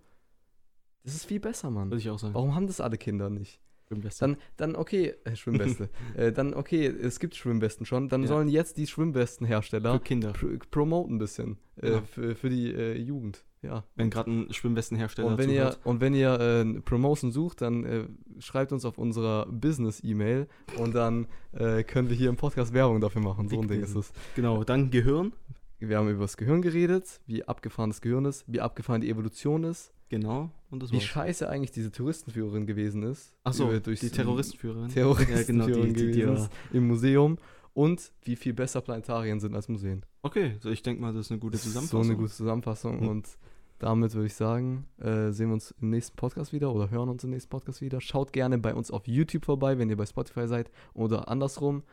Das ist viel besser, Würde Mann. Also ich auch sagen. Warum haben das alle Kinder nicht? Schwimmweste. Dann, dann okay, [LAUGHS] äh, Schwimmweste. äh, dann okay, es gibt Schwimmwesten schon. Dann Ja. sollen jetzt die Schwimmwestenhersteller Für Kinder. pr promoten ein bisschen äh, Ja. für, für die äh, Jugend. Ja. Wenn gerade ein Schwimmwestenhersteller Und wenn, ihr, zuhört. und wenn ihr äh, Promotion sucht, dann äh, schreibt uns auf unserer Business-E-Mail und dann äh, können wir hier im Podcast Werbung dafür machen. So ein Ding ist es. Genau, dann Gehirn. Wir haben über das Gehirn geredet, wie abgefahren das Gehirn ist, wie abgefahren die Evolution ist, Genau. Und das wie war's. scheiße eigentlich diese Touristenführerin gewesen ist. Achso, die über- durchs- Terroristenführerin. Terroristenführerin Ja, genau, die- die- die gewesen da- ist im Museum und wie viel besser Planetarien sind als Museen. okay, so ich denke mal, das ist eine gute Das ist Zusammenfassung. So eine gute Zusammenfassung Hm. und Damit würde ich sagen, äh, sehen wir uns im nächsten Podcast wieder oder hören uns im nächsten Podcast wieder. Schaut gerne bei uns auf YouTube vorbei, wenn ihr bei Spotify seid oder andersrum.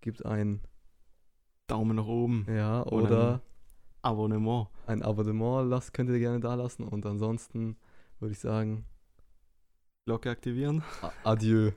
Gebt ein Daumen nach oben. Ja Und oder Abonnement. ein Abonnement lasst, könnt ihr gerne da lassen. Und ansonsten würde ich sagen, Glocke aktivieren. a- adieu.